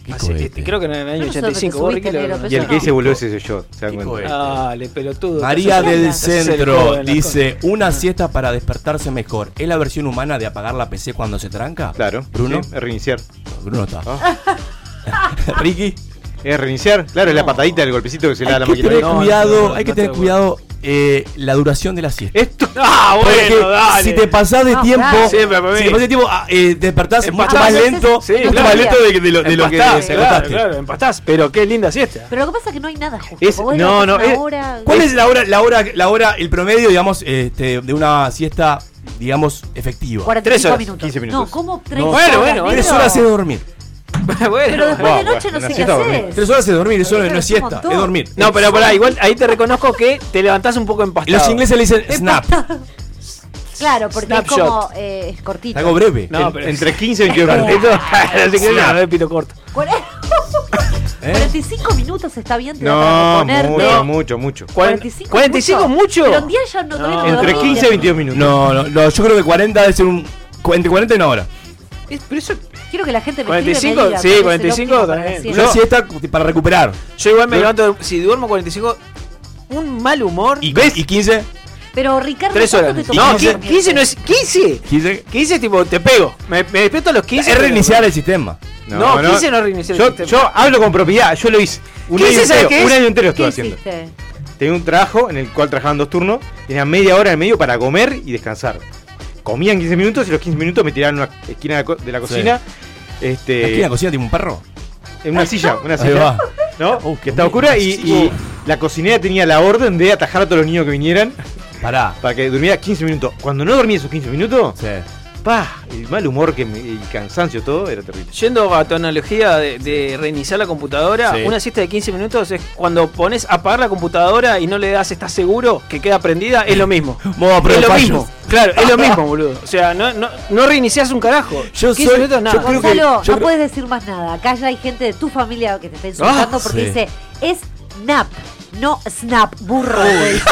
D: Hace-
F: cohete.
D: creo que en el año
B: Yo no sé lo que
D: 85. vos,
B: subiste,
D: Ricky, lo-
B: negro, pero
E: Y el
B: eso
E: que
B: no.
E: hice boludo ese soy yo. ¿se dan cuenta?
D: Dale, pelotudo.
F: Pues, María
D: Entonces,
F: del
D: ese es el
F: Centro
D: joven, la
F: dice, una siesta para despertarse mejor. ¿Es la versión humana de apagar la PC cuando se tranca?
E: Claro.
F: Bruno.
E: Sí, es reiniciar.
F: Bruno está.
E: Ricky. Es reiniciar. Claro, es la patadita, el golpecito que se le da a la
F: Hay que
E: máquina.
F: tener cuidado, hay que tener cuidado eh, la duración de la siesta.
D: Ah,
F: Porque
D: bueno, dale.
F: si te pasás de
D: Ah,
F: tiempo,
D: claro. Siempre para mí.
F: si te pasás de tiempo, ah, eh, despertás mucho
D: Empastás.
F: más lento,
D: Sí,
F: mucho
D: claro.
F: más lento de, de lo, de lo que
D: Empastás,
F: se
D: claro,
F: acostaste.
D: claro, empastás, pero qué linda siesta.
B: Pero lo que pasa es que no hay nada justo.
F: Es-
B: porque vos
F: no,
B: levantás
F: no,
B: una
F: es-
B: hora-
F: ¿Cuál es la hora, la hora, la hora, el promedio, digamos, este, de una siesta, digamos, efectiva?
B: 45 Tres horas, minutos. 15 minutos. No, ¿cómo 30
F: bueno,
B: horas,
F: bueno,
B: negro?
F: tres horas es dormir.
B: Pero después de
D: Buah,
B: noche no
F: buah,
B: sé
F: una
B: qué
F: siesta dormir.
B: hacer.
F: Tres horas es dormir, eso
B: Pero
F: no es
B: es un
F: siesta,
B: montón.
F: es dormir.
D: No, pero pará, igual ahí te reconozco que te levantás un poco empastado.
F: Los ingleses le dicen snap.
B: Claro, porque es
D: Snapshot.
B: como eh, es cortito.
F: Algo breve.
D: No,
F: En-
D: pero
F: entre
E: 15 y 21
D: minutos. Así que
F: Snap.
D: no, no es pito corto.
B: Cuare- 45 minutos está bien, te da para
E: No,
B: reponerte.
E: mucho, mucho, mucho.
B: 45, mucho. Pero en 10 ya no, todavía no dormí.
E: minutos.
F: No, no, no, yo creo que 40 debe ser un. cu- Entre 40 y una hora.
B: Es- pero eso quiero que la gente me
D: 45,
B: escriba y me diga,
D: sí,
B: porque es el
D: 45
B: óptimo para
D: también.
B: la
F: Una
B: siesta.
F: siesta para recuperar.
D: Yo igual me levanto, si duermo 45, un mal humor.
F: ¿Y, ¿Y 15?
B: Pero Ricardo,
D: 3
B: ¿cuánto
D: horas.
B: te
D: No,
B: tomás?
D: 15, no es. 15.
F: 15.
D: 15 es tipo, te pego. Me, me despierto a los 15.
F: Es reiniciar el sistema.
D: No, 15 no reiniciar el
E: yo,
D: sistema.
E: Yo hablo con propiedad, yo lo hice. Un
D: 15
E: año
D: ¿sabes
E: entero,
D: qué
E: un
D: es?
E: año entero estuve
B: ¿Qué
E: haciendo.
B: hiciste?
E: Tenía un trabajo en el cual trabajaban dos turnos, tenía media hora en medio para comer y descansar. Comían 15 minutos y los 15 minutos me tiraban en una esquina de la co- de la cocina. Este,
F: ¿La esquina de la cocina tiene un perro?
E: En una silla, una
F: Ahí
E: silla.
F: va.
E: ¿No? que estaba oscura y, y la cocinera tenía la orden de atajar a todos los niños que vinieran.
F: Pará.
E: Para que durmiera 15 minutos. Cuando no dormía esos 15 minutos, pa, el mal humor que me- el cansancio todo era terrible.
D: Yendo a tu analogía de, de reiniciar la computadora,
E: Sí.
D: una siesta de 15 minutos es cuando pones a apagar la computadora y no le das, estás seguro que queda prendida, es lo mismo.
F: Modo prueba
D: es lo
F: fallos.
D: mismo, claro, es lo mismo, boludo. O sea, no, no, no reiniciás un carajo.
F: Yo
D: 15
F: soy-
D: minutos nada.
F: yo creo que-
B: Gonzalo, no
F: yo creo-
B: puedes decir más nada. Acá ya hay gente de tu familia que te está insultando
F: Ah,
B: porque
F: sí.
B: dice, es nap, no snap, burro. te dice.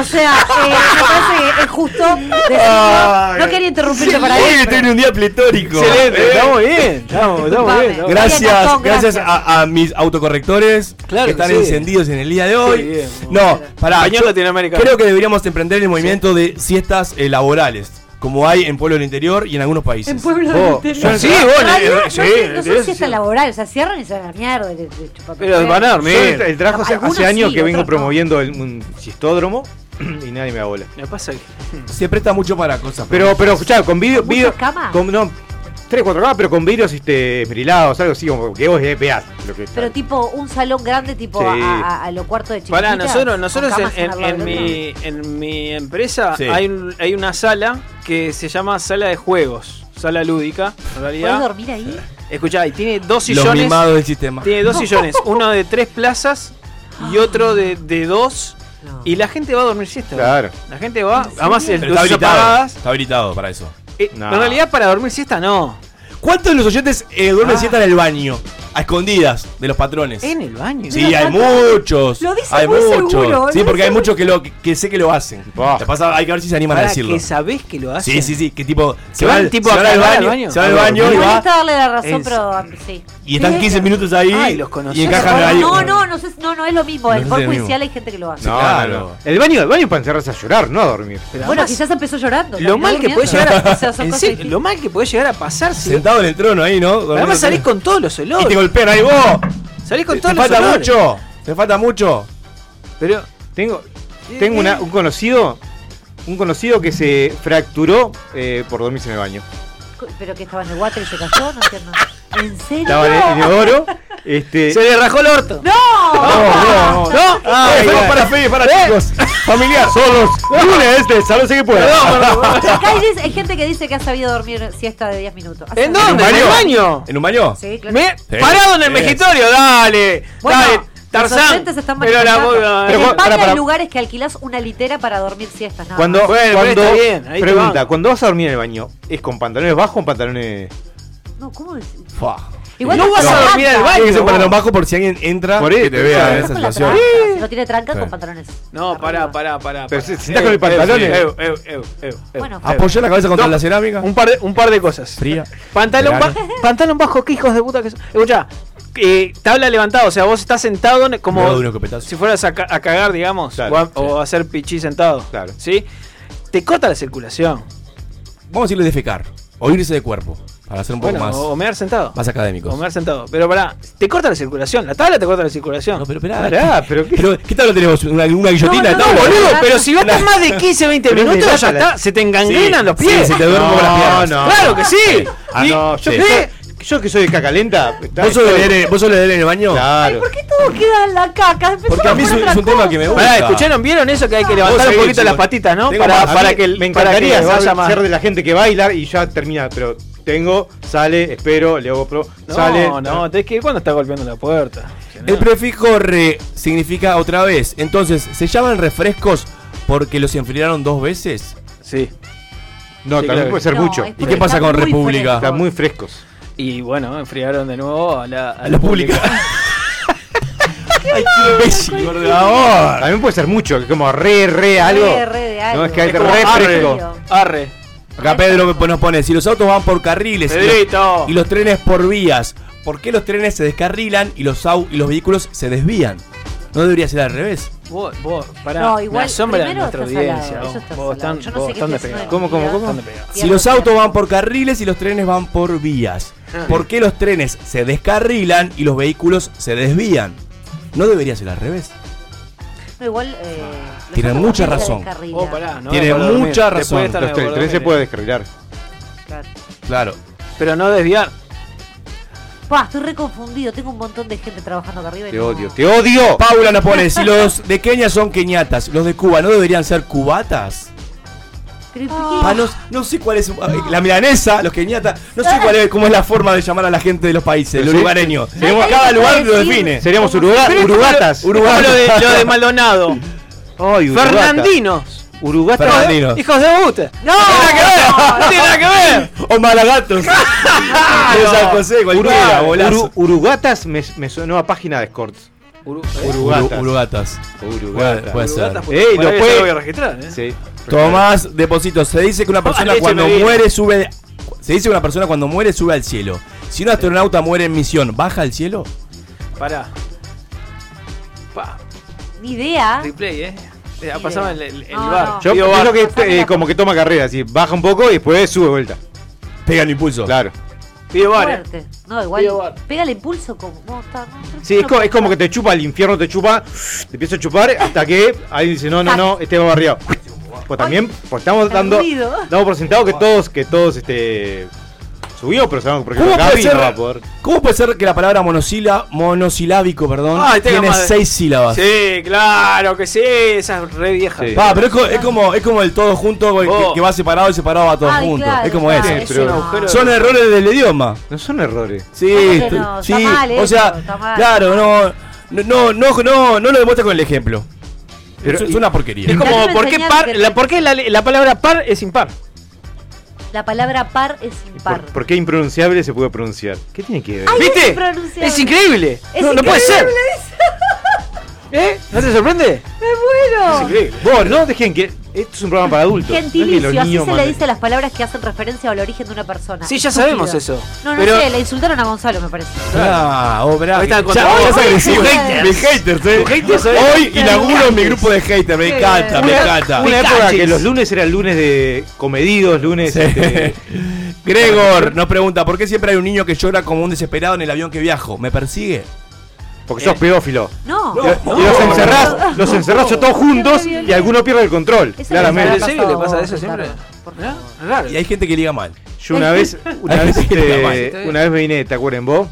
B: O sea, eh, me parece que es justo decirlo.
F: Ay.
B: no quería interrumpirte para
F: Hoy
B: eso.
F: estoy en un día pletórico.
D: Excelente,
F: Eh.
D: estamos bien, estamos, estamos bien. estamos bien.
F: Gracias,
D: Gastón,
F: gracias a, a mis autocorrectores
D: Claro
F: que
D: que
F: están
D: sí.
F: encendidos en el día de hoy.
D: Qué bien,
F: no, pará,
D: Español
F: yo
D: latinoamericano.
F: creo que deberíamos emprender el movimiento de siestas eh, laborales, como hay en Pueblo del Interior y en algunos países.
B: En pueblo
F: Vos,
B: del interior.
F: yo- sí,
B: En
F: vos,
B: realidad,
F: eh,
B: no,
F: sí,
B: sé- no
F: en
B: son
F: realidad
B: siestas
F: sí.
B: laborales, o sea, cierran y se van a la mierda. de- de
D: Pero
B: chupapepepe.
D: van a
E: Yo
D: dormir.
E: el, el trabajo hace,
B: Algunos
E: hace años
B: sí,
E: que vengo
B: otros no.
E: promoviendo el- un sistódromo y nadie me da bola.
D: Me pasa que-
F: Se presta mucho para cosas.
E: Pero, pero escuchá, con vídeo.
F: ¿Con muchas
E: vídeo-
B: camas?
E: con- no, tres, cuatro camas, pero con vidrios este, esmerilados, algo así, como que vos eh, veas lo que
B: Pero tipo un salón grande, tipo
E: Sí.
B: a, a- a lo cuarto de chiquita.
D: Pará, nosotros, nosotros
B: con camas
D: en, en-
B: al
D: en
B: lado del otro.
D: mi, en mi empresa
F: Sí.
D: hay, un- hay una sala que se llama sala de juegos, sala lúdica, en
B: ¿Podés
D: realidad.
B: dormir ahí?
D: Escuchá, y tiene dos
F: Los
D: sillones.
F: mimados del sistema.
D: Tiene dos sillones, uno de tres plazas y otro de, de dos. Y la gente va a dormir siesta.
F: Claro.
D: La gente va, además el,
F: Pero está
D: luces
F: habilitado.
D: apagadas.
F: Está habilitado para eso.
D: Eh, En realidad para dormir siesta no. Ah.
F: ¿Cuántos de los oyentes eh, duermen siestas en el baño? A escondidas de los patrones.
D: En el baño.
F: Sí, hay muchos.
D: Eh, Lo dice
F: hay
D: muy
F: muchos.
D: seguro,
F: sí,
D: lo
F: porque hay
D: dice
F: muchos que lo que, que sé que lo hacen. Te pasa, hay que ver si se animan a
D: Para
F: decirlo.
D: que sabés que lo hacen.
F: Sí, sí, sí, que tipo se
D: van,
F: van,
D: tipo,
F: se
D: a
F: van al
D: cagar al
F: baño,
D: baño?
F: se van al baño y
B: Me
F: va
B: molesta darle la razón,
F: Ah, Es-
B: pero sí.
F: y están
B: Sí.
F: 15 minutos ahí
B: Ay, los
F: y encajan ahí.
B: No, no, no, sé- no, no es lo mismo.
F: No
B: En
F: es
B: por
F: lo mismo.
B: judicial hay gente que lo hace.
E: No, no,
F: claro.
E: no. El baño, el baño es para encerrarse a llorar, no a dormir.
B: Bueno, quizás empezó llorando.
D: Lo mal que podés
B: puede
D: llegar a,
B: O sea, son
D: en
B: cosas
D: serio,
B: distintas.
D: lo mal que podés llegar a pasar si
F: Sentado en el trono ahí, ¿no? Dormido
D: Además salís
F: también.
D: con todos los olores.
F: Y te golpean ahí vos.
D: Salís con
F: Te-
D: todos
F: te
D: los
F: falta
D: olores.
F: mucho. Te falta mucho.
D: Pero
E: tengo tengo una- un conocido, un conocido que se fracturó eh, por dormirse en el baño.
B: Pero que estaba en el water y se cayó, no entiendo. ¿En serio?
E: Estaba en el- en el oro, este
D: Se le rajó el orto.
B: ¡No!
E: No, no, no.
D: ¿No?
E: Ah,
F: Eh,
E: bueno.
F: somos para fe, para chicos.
E: Familiar, solos. Lunes, este, sálvese que pueda.
B: Acá hay, hay gente que dice que ha sabido dormir siesta de 10 minutos.
D: ¿En dónde? ¿En el baño?
F: ¿En un baño?
B: Sí, claro.
D: Me-
F: Sí.
D: Parado en el
F: Sí.
D: mejitorio, dale.
B: Bueno,
D: dale,
B: Los
D: Tarzán.
B: oyentes se están
D: Pero la
B: manifestando.
D: boda-
B: En
E: Pero,
B: España
E: para, para.
B: hay lugares que alquilás una litera para dormir siestas. nada
E: Cuando,
B: más.
E: cuando-
D: está bien, ahí te
E: pregunta,
D: van.
E: cuando vas a dormir en el baño, ¿es con pantalones bajos o con pantalones?
B: No, ¿cómo decís?
F: Fa.
B: Igual no vas a dormir al baño,
F: Tiene que ser para
B: vos.
F: los bajos por si alguien entra
E: Por
F: que
E: eso,
F: te vea en
E: claro.
F: esa
B: Con la
F: situación.
B: tranca, si no tiene tranca
F: Sí.
B: con pantalones.
D: No, pará, pará, pará.
E: Pero
D: pará.
E: si- si estás con el pantalón,
D: eh,
E: eh.
D: eh, eh, eh, eh, eh.
B: Bueno,
F: Apoyó la cabeza contra
D: No,
F: la cerámica.
D: Un par de, un par de cosas.
F: Fría.
D: Pantalón,
F: Verano.
D: ba- pantalón bajo, qué hijos de puta que son. Escuchá, eh, tabla levantada, o sea, vos estás sentado ne-
F: Me doy
D: como
F: unos copetazos.
D: si fueras a, ca- a cagar, digamos, o, a, o a hacer pichí sentado. ¿Sí? Te corta la circulación.
F: Vamos a irle de fecar o irse de cuerpo para hacer un poco
D: Bueno,
F: más,
D: o mear sentado.
F: más académicos.
D: O mear sentado. Pero pará, te corta la circulación. La tabla te corta la circulación. No, pero pará. pero qué.
F: Pero, ¿qué tal lo tenemos? ¿Una, una guillotina?
D: No, no, no, boludo, pero si vos estás más de 15, 20
F: Pero es
D: minutos, ya
F: relata la-
D: está, se te engangrenan
F: Sí,
D: los pies.
F: sí, se te duermen con las piernas.
D: Claro que sí.
E: Ah,
D: Y-
E: no, yo,
F: sí.
E: que soy- yo que soy de cacalenta.
F: ¿Vos sos de leer en- vos sos de leer en el baño?
E: Claro.
B: ¿Por qué todo queda en la caca? Empezamos
F: Porque a mí
B: con
F: es un-
B: otra
F: es un tema que me gusta.
D: Pará, ¿escucharon? ¿Vieron eso que hay que
E: Vos
D: levantar un
E: seguís,
D: poquito las
E: chicos.
D: patitas, no?
E: Tengo
D: Para,
E: más. A
D: para
E: mí
D: que
E: me
D: para que
E: encantaría
D: vaya más.
E: ser de la gente que baila y ya termina, pero tengo, sale, espero, le hago pro,
D: No,
E: sale.
D: no, tenés que ir cuando está golpeando la puerta.
F: El prefijo re significa otra vez. Entonces, ¿se llaman refrescos porque los enfriaron dos veces?
D: Sí.
E: No, también
F: Sí, claro.
E: puede ser
F: No,
E: mucho.
F: es porque ¿Y qué pasa están con muy República? frescos.
E: Están muy frescos.
D: Y bueno, enfriaron de nuevo a la, a
F: la pública.
D: Ay, qué imbécil,
E: Por favor. También puede ser mucho, que como re, re, algo.
B: re de algo.
E: No, es que hay
B: Es
E: que
B: como
E: re
B: arre.
E: fresco.
D: Arre.
F: Acá Pedro me- nos pone, si los autos van por carriles y
D: Pedrito.
F: los, y los trenes por vías, ¿por qué los trenes se descarrilan y los, au- y los vehículos se desvían? ¿No debería ser al revés?
D: Vos, vos, pará.
B: No, igual,
D: me asombra
B: primero
D: nuestra
B: estás al lado,
D: audiencia.
B: eso
D: vos. Vos
B: estás al lado.
D: están-
B: Yo no sé
D: vos
B: qué
D: están
B: estoy haciendo
D: despegados.
B: en ¿Cómo, cómo, cómo?
D: Están despegados.
F: Si los autos van por carriles y los trenes van por vías,
B: Ah.
F: ¿por qué los trenes se descarrilan y los vehículos se desvían? ¿No debería ser al revés?
B: No, igual. Eh, los
F: Tienen
B: autos
F: mucha
B: también se
F: razón.
B: descarrilan.
D: Oh, pará, no,
F: Tiene
D: me acuerdo
F: mucha
D: dormir.
F: razón.
D: Después de estar
F: Los
D: me
F: tre-
D: acuerdo
F: el tren se
D: dormir.
F: puede
E: descarrilar.
B: Claro.
F: Claro.
D: Pero no desviar.
B: Pa, estoy reconfundido. Tengo un montón de gente trabajando acá arriba. y no-
E: te odio.
F: Paula nos pone, si los de Kenia son keniatas, los de Cuba no deberían ser cubatas.
B: Pero,
F: Pa, no, no sé cuál es eh, la milanesa, los keniatas, no sé cuál es, cómo es la forma de llamar a la gente de los países, los
E: Sí.
F: lugareños.
E: Seríamos-
F: Cada lugar lo define.
E: Seríamos uruga-
F: Pero es como
E: urugatas.
F: lo- Urugatas.
D: Lo de, lo de Maldonado.
E: Ay, urugatas.
D: Fernandinos.
E: Urugatas.
D: Fernandinos. Hijos de puta. No, no tiene nada que ver.
F: O Malagatos.
E: De
D: San José, cualquiera, bolazo.
E: Urugatas me, me sonó a página de escorts. Urugatas.
F: Uru- Urugatas. Puede- puede ser.
E: Urugatas, Ey,
D: Bueno,
E: lo
D: eso
E: puede.
D: lo voy a registrar, ¿eh?
E: Sí.
F: Tomás Deposito, se dice que una persona
D: leche
F: cuando
D: este me viene.
F: muere sube. Se dice que una persona cuando muere sube al cielo. Si un astronauta muere en misión, ¿baja al cielo?
D: Pará. Pa,
B: Ni idea.
D: replay, eh. Eh, Ha pasado el, el, el
B: No,
D: bar.
B: no.
E: Yo
D: Digo,
E: pienso
D: bar.
E: que eh, como que toma carrera, así, baja un poco y después sube vuelta.
F: Pega el impulso.
E: Claro.
D: Pido bar.
B: Fuerte. No, igual. Pega el impulso como. No, está, no, está-
E: Sí, es, co- es como que te chupa, el infierno te chupa, te empieza a chupar hasta que ahí dice, no, no, no, este va barriado. Pues también, pues estamos
B: el
E: dando,
B: ruido.
E: damos por sentado que todos, que todos, este, subimos, pero sabemos que por
F: ¿Cómo
E: ejemplo
F: puede,
E: Gaby
F: ser,
E: no va a poder.
F: cómo puede ser que la palabra monosila, monosilábico perdón,
D: Ay, tenga
F: tiene
D: madre.
F: seis sílabas?
D: Sí, claro que sí. Esa es re vieja.
F: Pa, pero es, co- es como, es como el todo junto que,
D: Oh.
F: que va separado y separado va todo
D: Ay,
F: junto.
D: claro,
F: es como
D: claro,
F: eso.
D: es un agujero
F: son
D: de-
F: errores del idioma.
E: No son errores.
F: Sí,
B: No,
F: t-
B: no,
F: sí.
B: está mal
F: o
B: eso,
F: sea,
B: está mal.
F: claro, no, no, no, no, no, no lo demuestra con el ejemplo. es, es una porquería.
D: Es
B: A mí
D: como,
B: me
D: ¿por qué,
B: enseñaron
D: par,
B: que-
D: la, ¿por qué la, la palabra par es impar?
B: La palabra par es impar.
E: ¿Por qué impronunciable se puede pronunciar? ¿Qué tiene que ver?
B: Ay, es
D: ¿Viste?
B: impronunciable.
D: Es increíble.
B: Es
D: no, no puede ser.
B: increíble eso.
D: ¿Eh? ¿No te sorprende?
B: ¡Me muero!
E: Vos, no dejen que, esto es un programa para adultos. no es que
B: Gentilicio,
E: los
B: así
E: niños
B: se le
E: manden.
B: dice a las palabras que hacen referencia al origen de una persona.
D: Sí, ya sabemos
B: Estúpido.
D: eso.
B: No, no
D: Pero-
B: sé, le insultaron a Gonzalo, me parece.
F: Ah, oh, bravo.
D: Ahí está,
F: ya,
D: contra-
F: ya es
D: Hoy-
F: agresivo.
D: hoy-
F: Mis haters, eh.
D: Tus haters son-
F: Hoy inauguro mi grupo de haters. Me encanta, me
E: Una-
F: encanta.
E: Una época que los lunes eran lunes de comedidos, lunes. este,
F: Gregor nos pregunta, ¿por qué siempre hay un niño que llora como un desesperado en el avión que viajo? ¿Me persigue? Eh.
E: porque sos pedófilo.
B: No.
E: Y los encerrás, los encerrás todos juntos y alguno pierde el control.
B: Eso
D: ¿En
E: Claramente.
D: serio le pasa eso siempre? ¿Eh? Raro.
F: Y hay gente que liga mal.
E: Yo una vez, una
F: Hay
E: vez,
F: gente que
E: este,
F: la mata.
E: una vez me vine de Tacuarembó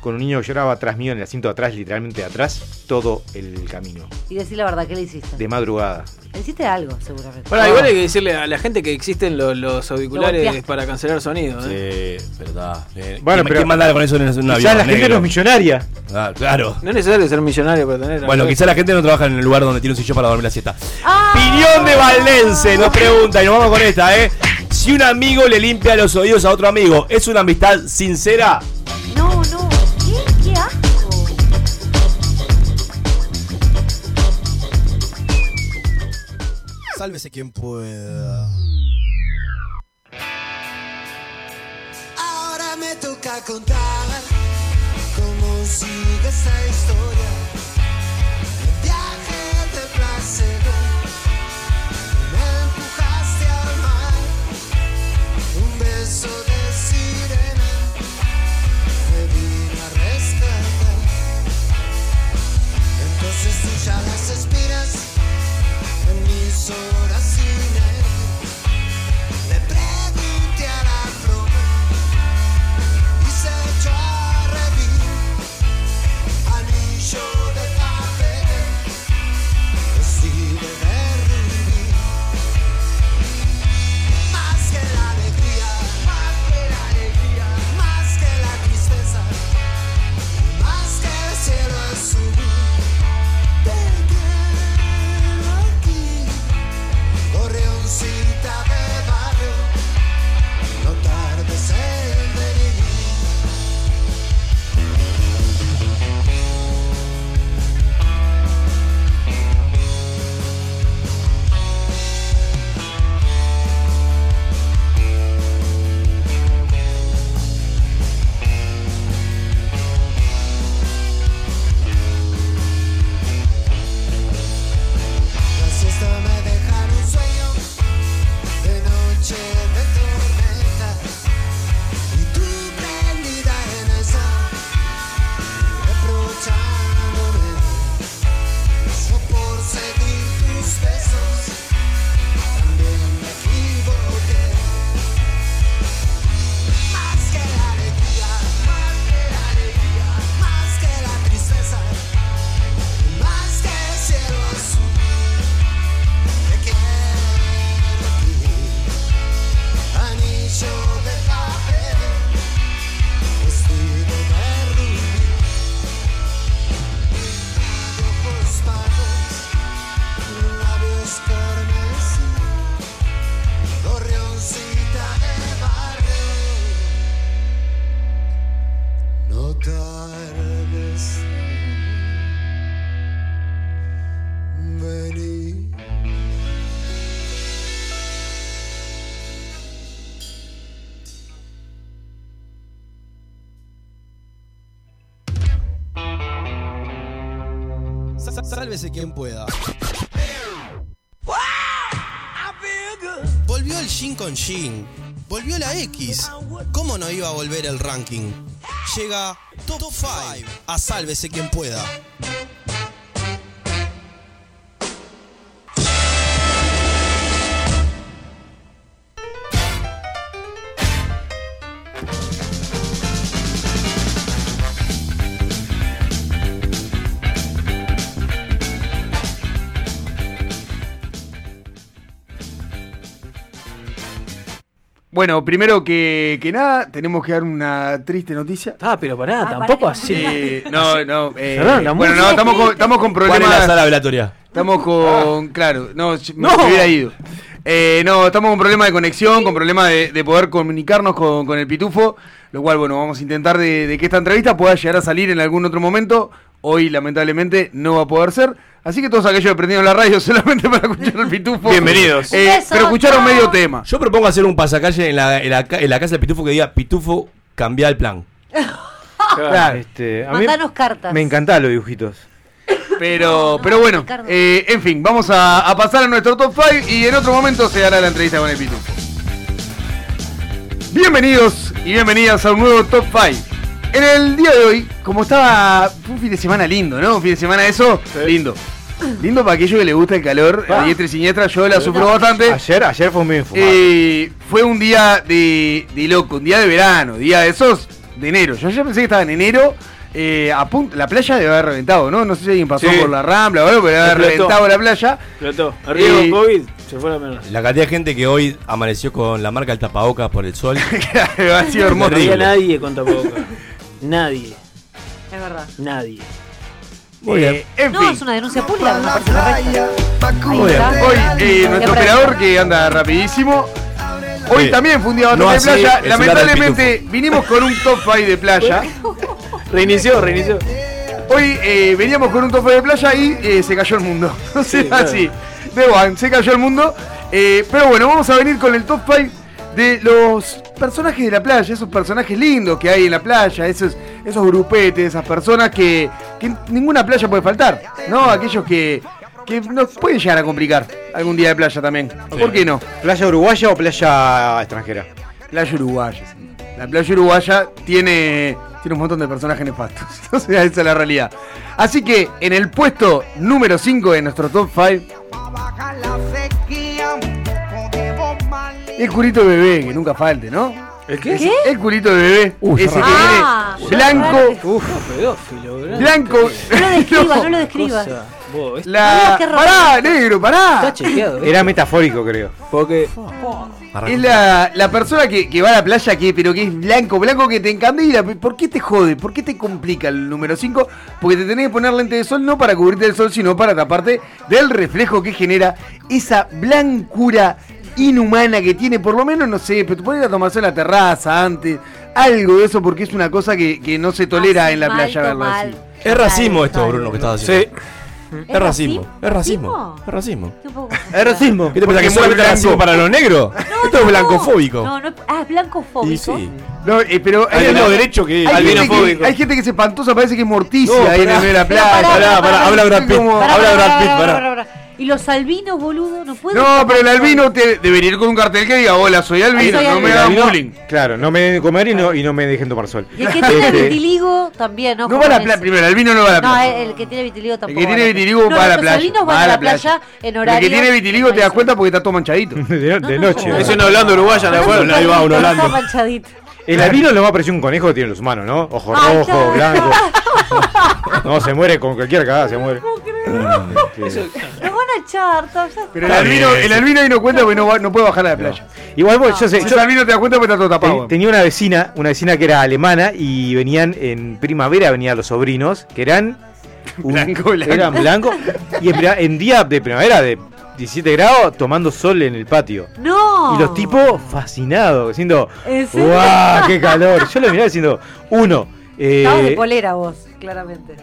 E: con un niño que lloraba atrás mío en el asiento de atrás, literalmente atrás, todo el camino,
B: Y decir la verdad, ¿qué le hiciste?
E: de madrugada.
B: Le hiciste algo, seguramente.
D: Bueno,
F: Ah.
D: igual hay que decirle a la gente que existen los, los auriculares
B: golpeaste.
D: para cancelar sonido. ¿eh?
F: Sí, verdad. Eh,
E: Bueno,
F: ¿qué-
E: pero-
F: ¿Qué mandar con eso en un
E: Quizás
F: avión?
E: la gente
F: negro?
E: no es millonaria.
F: Ah, claro.
D: No es necesario ser millonario para tener.
F: Bueno,
D: algo.
F: quizá la gente no trabaja en el lugar donde tiene un sillón para dormir la siesta.
B: Ah.
F: Piñón de Valdense nos pregunta, y nos vamos con esta, ¿eh? Si un amigo le limpia los oídos a otro amigo, ¿es una amistad sincera?
B: No, no. ¿Qué? ¿Qué asco?
H: Sálvese quien pueda.
Q: Ahora me toca contar cómo aún sigue esa historia. El viaje de placer. Me empujaste al mar. Un beso de sirena. Me vino a rescatar. Entonces tú ya las espiras en mis horas sin él. Le pregunté a la flor y se echó a reír. Anillo de papel, vestido de rubí. Más que la alegría, más que la alegría, más que la tristeza, más que el cielo azul. Te quiero aquí. Gorrioncita de barrio, no tardes en venir. La siesta me deja en un sueño de noche de tormenta y tú prendida en esa reprochándome yo por seguir tus besos también me equivoqué más que la alegría más que la alegría más que la tristeza más que el cielo azul te quiero aquí, anillo de papel, vestido de rubí, ojos pagos, labios carmesí, gorrioncita de barrio, no tardes en venir.
H: Sálvese quien pueda. Volvió el Shin con Shin. Volvió la X. ¿Cómo no iba a volver el ranking? Llega Top 5 a Sálvese quien pueda.
C: Bueno, primero que, que nada, tenemos que dar una triste noticia.
D: Ah, pero pará, tampoco así.
C: Eh, no, no. eh,
D: Cerraron la
C: bueno,
D: música.
C: no, estamos con, estamos con
F: ¿Cuál es la
C: problemas.
F: sala velatoria?
C: Estamos con. Claro, no, si- me
F: No.
C: hubiera ido. Eh, no, estamos con problemas de conexión, con problemas de, de poder comunicarnos con, con el pitufo, lo cual, bueno, vamos a intentar de, de que esta entrevista pueda llegar a salir en algún otro momento. Hoy, lamentablemente, no va a poder ser. Así que todos aquellos que prendieron la radio solamente para escuchar al pitufo.
F: Bienvenidos.
C: Eh, pero escucharon medio tema.
F: Yo propongo hacer un pasacalle en la, en la ca- en la casa del Pitufo que diga, Pitufo, cambia el plan.
E: Claro, este, a mí
B: Mandanos cartas.
E: me encantaban los dibujitos.
C: Pero, pero bueno, eh, en fin, vamos a, a pasar a nuestro top 5 y en otro momento se hará la entrevista con el Pitufo. Bienvenidos y bienvenidas a un nuevo top 5. En el día de hoy, como estaba, fue un fin de semana lindo, ¿no? Un fin de semana eso, lindo. Lindo para aquello que le gusta el calor, a diestra y siniestra, yo la sufro bastante.
E: Ayer, ayer fue muy infumable.
C: Eh, fue un día de, de loco, un día de verano, día de esos de enero. Yo ya pensé que estaba en enero. eh, a pun- la playa debe haber reventado, ¿no? No sé si alguien pasó
D: Sí.
C: por la rambla o algo, pero debe haber
D: Explotó.
C: reventado la playa.
D: Explotó. Arriba
C: Eh,
D: con COVID, se fue la mierda.
F: La cantidad de gente que hoy amaneció con la marca del tapabocas por el sol.
C: ha sido hermoso.
D: No había nadie con tapabocas. nadie,
B: Es verdad.
D: nadie.
F: Muy
D: Eh,
F: bien.
B: no, es una denuncia pública. me parece correcto. Ahí
C: Muy bien.
B: está.
C: Hoy eh,
B: Ya
C: nuestro
B: para-
C: operador que anda rapidísimo. Hoy
F: Sí.
C: también fue un día
F: No
C: bastante
F: así
C: de playa.
F: el celular del
C: Lamentablemente vinimos con un top 5 de playa.
D: Reinició, reinició.
C: Hoy eh, veníamos con un tope de playa y eh, se cayó el mundo. No sé,
D: claro.
C: así. De one, se cayó el mundo. Eh, pero bueno, vamos a venir con el top 5 de los personajes de la playa, esos personajes lindos que hay en la playa, esos, esos grupetes, esas personas que, que en ninguna playa puede faltar, ¿no? Aquellos que, que nos pueden llegar a complicar algún día de playa también. ¿Por qué no?
E: ¿Playa uruguaya o playa extranjera?
C: Playa uruguaya. sí. La playa uruguaya tiene, tiene un montón de personajes nefastos. O sea, esa es la realidad. Así que en el puesto número 5 de nuestro top 5 El curito de bebé, que nunca falte, ¿no? ¿El
Q: qué?
C: Es- El curito de bebé. ese que
Q: Ah,
C: viene blanco.
D: Uf, pedófilo, bro.
C: Blanco.
D: No lo describa,
C: No.
D: no lo describa. Cosa,
C: La-
D: No digas que es
C: Pará,
D: romántico.
C: negro, pará.
D: Está chequeado, ¿eh?
E: Era metafórico, creo.
D: Porque.
C: Es la, la persona que, que va a la playa, que, pero que es blanco, blanco que te encandila. ¿Por qué te jode? ¿Por qué te complica el número 5? Porque te tenés que poner lente de sol no para cubrirte del sol, sino para taparte del reflejo que genera esa blancura inhumana que tiene. Por lo menos, no sé, pero te pones a tomarse en la terraza antes, algo de eso, porque es una cosa que, que no se tolera en la
B: mal,
C: playa verlo
B: mal,
C: así.
F: Es racismo esto, Bruno, que estás haciendo. Sí. Es racismo.
B: racismo?
F: Es racismo. Es racismo.
E: Es racismo.
F: ¿Qué te pasa?
C: Porque
F: ¿Que soy
C: soy
F: blanco
C: blanco.
F: para los negros? Esto es blancofóbico.
B: No, no, ah, es blancofóbico.
F: Y sí.
C: No, eh, pero
F: Hay
C: hay,
F: menos derecho
C: hay
F: que
C: gente
F: albinofóbico.
C: que hay gente que se espantosa, parece que es morticia
F: No,
C: ahí en
F: pará.
C: el medio de la
F: Pero
C: playa.
F: pará, pará, pará, habla Brad Pitt, pará, habla Brad Pitt, pará.
B: Pará, pará. Y los albinos, boludo, no pueden.
C: No, pero el albino te- debería ir con un cartel que diga, hola, soy albino,
B: Soy
C: no me
B: albino.
C: hagan
E: Albino,
C: bullying.
E: Claro, no me den de comer y no, y no me dejen tomar sol.
B: Y el que tiene
E: Este,
B: vitiligo también, ¿no?
C: No va a la playa, primero, el vino no va a la
B: No,
C: playa.
B: el, el que tiene vitiligo tampoco.
C: el que tiene
B: va a la
C: vitiligo
B: playa.
C: va a
B: No,
C: la
B: los
C: playa.
B: albinos van
C: va
B: a la playa, en horario.
C: El que tiene vitiligo te das cuenta porque está todo manchadito.
E: De, de noche.
C: no,
E: Eso
C: no. Ese no hablando uruguaya,
B: No, no, no, no, no, está manchadito.
E: El albino es lo más parecido a un conejo que tienen los humanos, ¿no? Ojo
B: Ay,
E: rojo,
B: no.
E: blanco. No, se muere con cualquier cagada, se muere. Este,
B: Nos van a echar, ya está.
C: Pero el albino, el albino ahí no cuenta porque no, va- no puede bajar a la playa.
E: Igual vos, yo sé.
C: Si
E: yo-
C: el albino te das cuenta porque está todo tapado.
E: Ten- tenía una vecina, una vecina que era alemana y venían en primavera, venían los sobrinos, que eran un-
C: Blanco, blanco.
E: eran blancos y en, prim- en día de primavera de 17 grados tomando sol en el patio.
B: No.
E: Y los tipos fascinados, diciendo,
B: Oh. ¿En serio?
E: ¡guau, qué calor! Yo lo miraba diciendo, uno,
B: Estabas de
E: eh,
B: polera vos, claramente.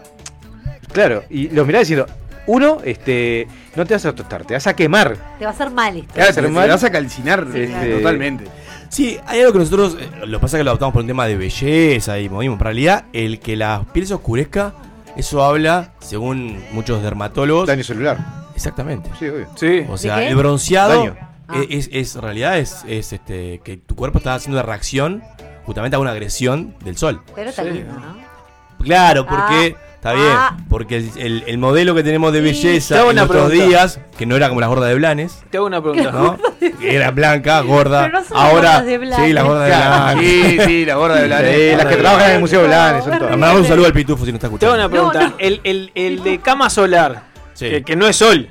E: claro, y los miraba diciendo, uno, este, no te vas a tostar, te vas a quemar.
B: Te va a hacer mal esto.
C: Claro, te lo- te lo vas a calcinar eh,
E: Este-
C: totalmente.
F: Sí, hay algo que nosotros, eh, lo que pasa es que lo adoptamos por un tema de belleza y modismo. En realidad, el que la piel se oscurezca, eso habla, según muchos dermatólogos. Daño
E: celular.
F: Exactamente.
E: Sí, obvio.
D: Sí.
F: O sea,
D: ¿De qué?
F: el bronceado
D: Daño.
F: eh, es, es- en realidad es, es, este que tu cuerpo está haciendo una reacción justamente a una agresión del sol.
B: Pero está lindo, ¿no?
F: Claro,
D: Ah.
F: porque está bien,
B: ah.
F: porque el, el- el modelo que tenemos de
D: Te
F: belleza
D: hago
F: en
D: una
F: nuestros
D: pregunta.
F: días, que no era como la gorda de Blanes,
D: Te hago una pregunta.
F: ¿no? Era blanca, gorda.
D: Pero no son las
F: Ahora
D: gordas de Blanes.
F: sí, la gorda de
D: Claro.
F: Blanes.
D: Sí, sí, la gorda de Blanes.
F: Sí,
E: las que trabajan en el Museo de Blanes, son todas.
F: Le mandamos un saludo al Pitufo si no está
D: Te
F: escuchando.
D: hago una pregunta. El, el- el de cama solar, que, que no es sol.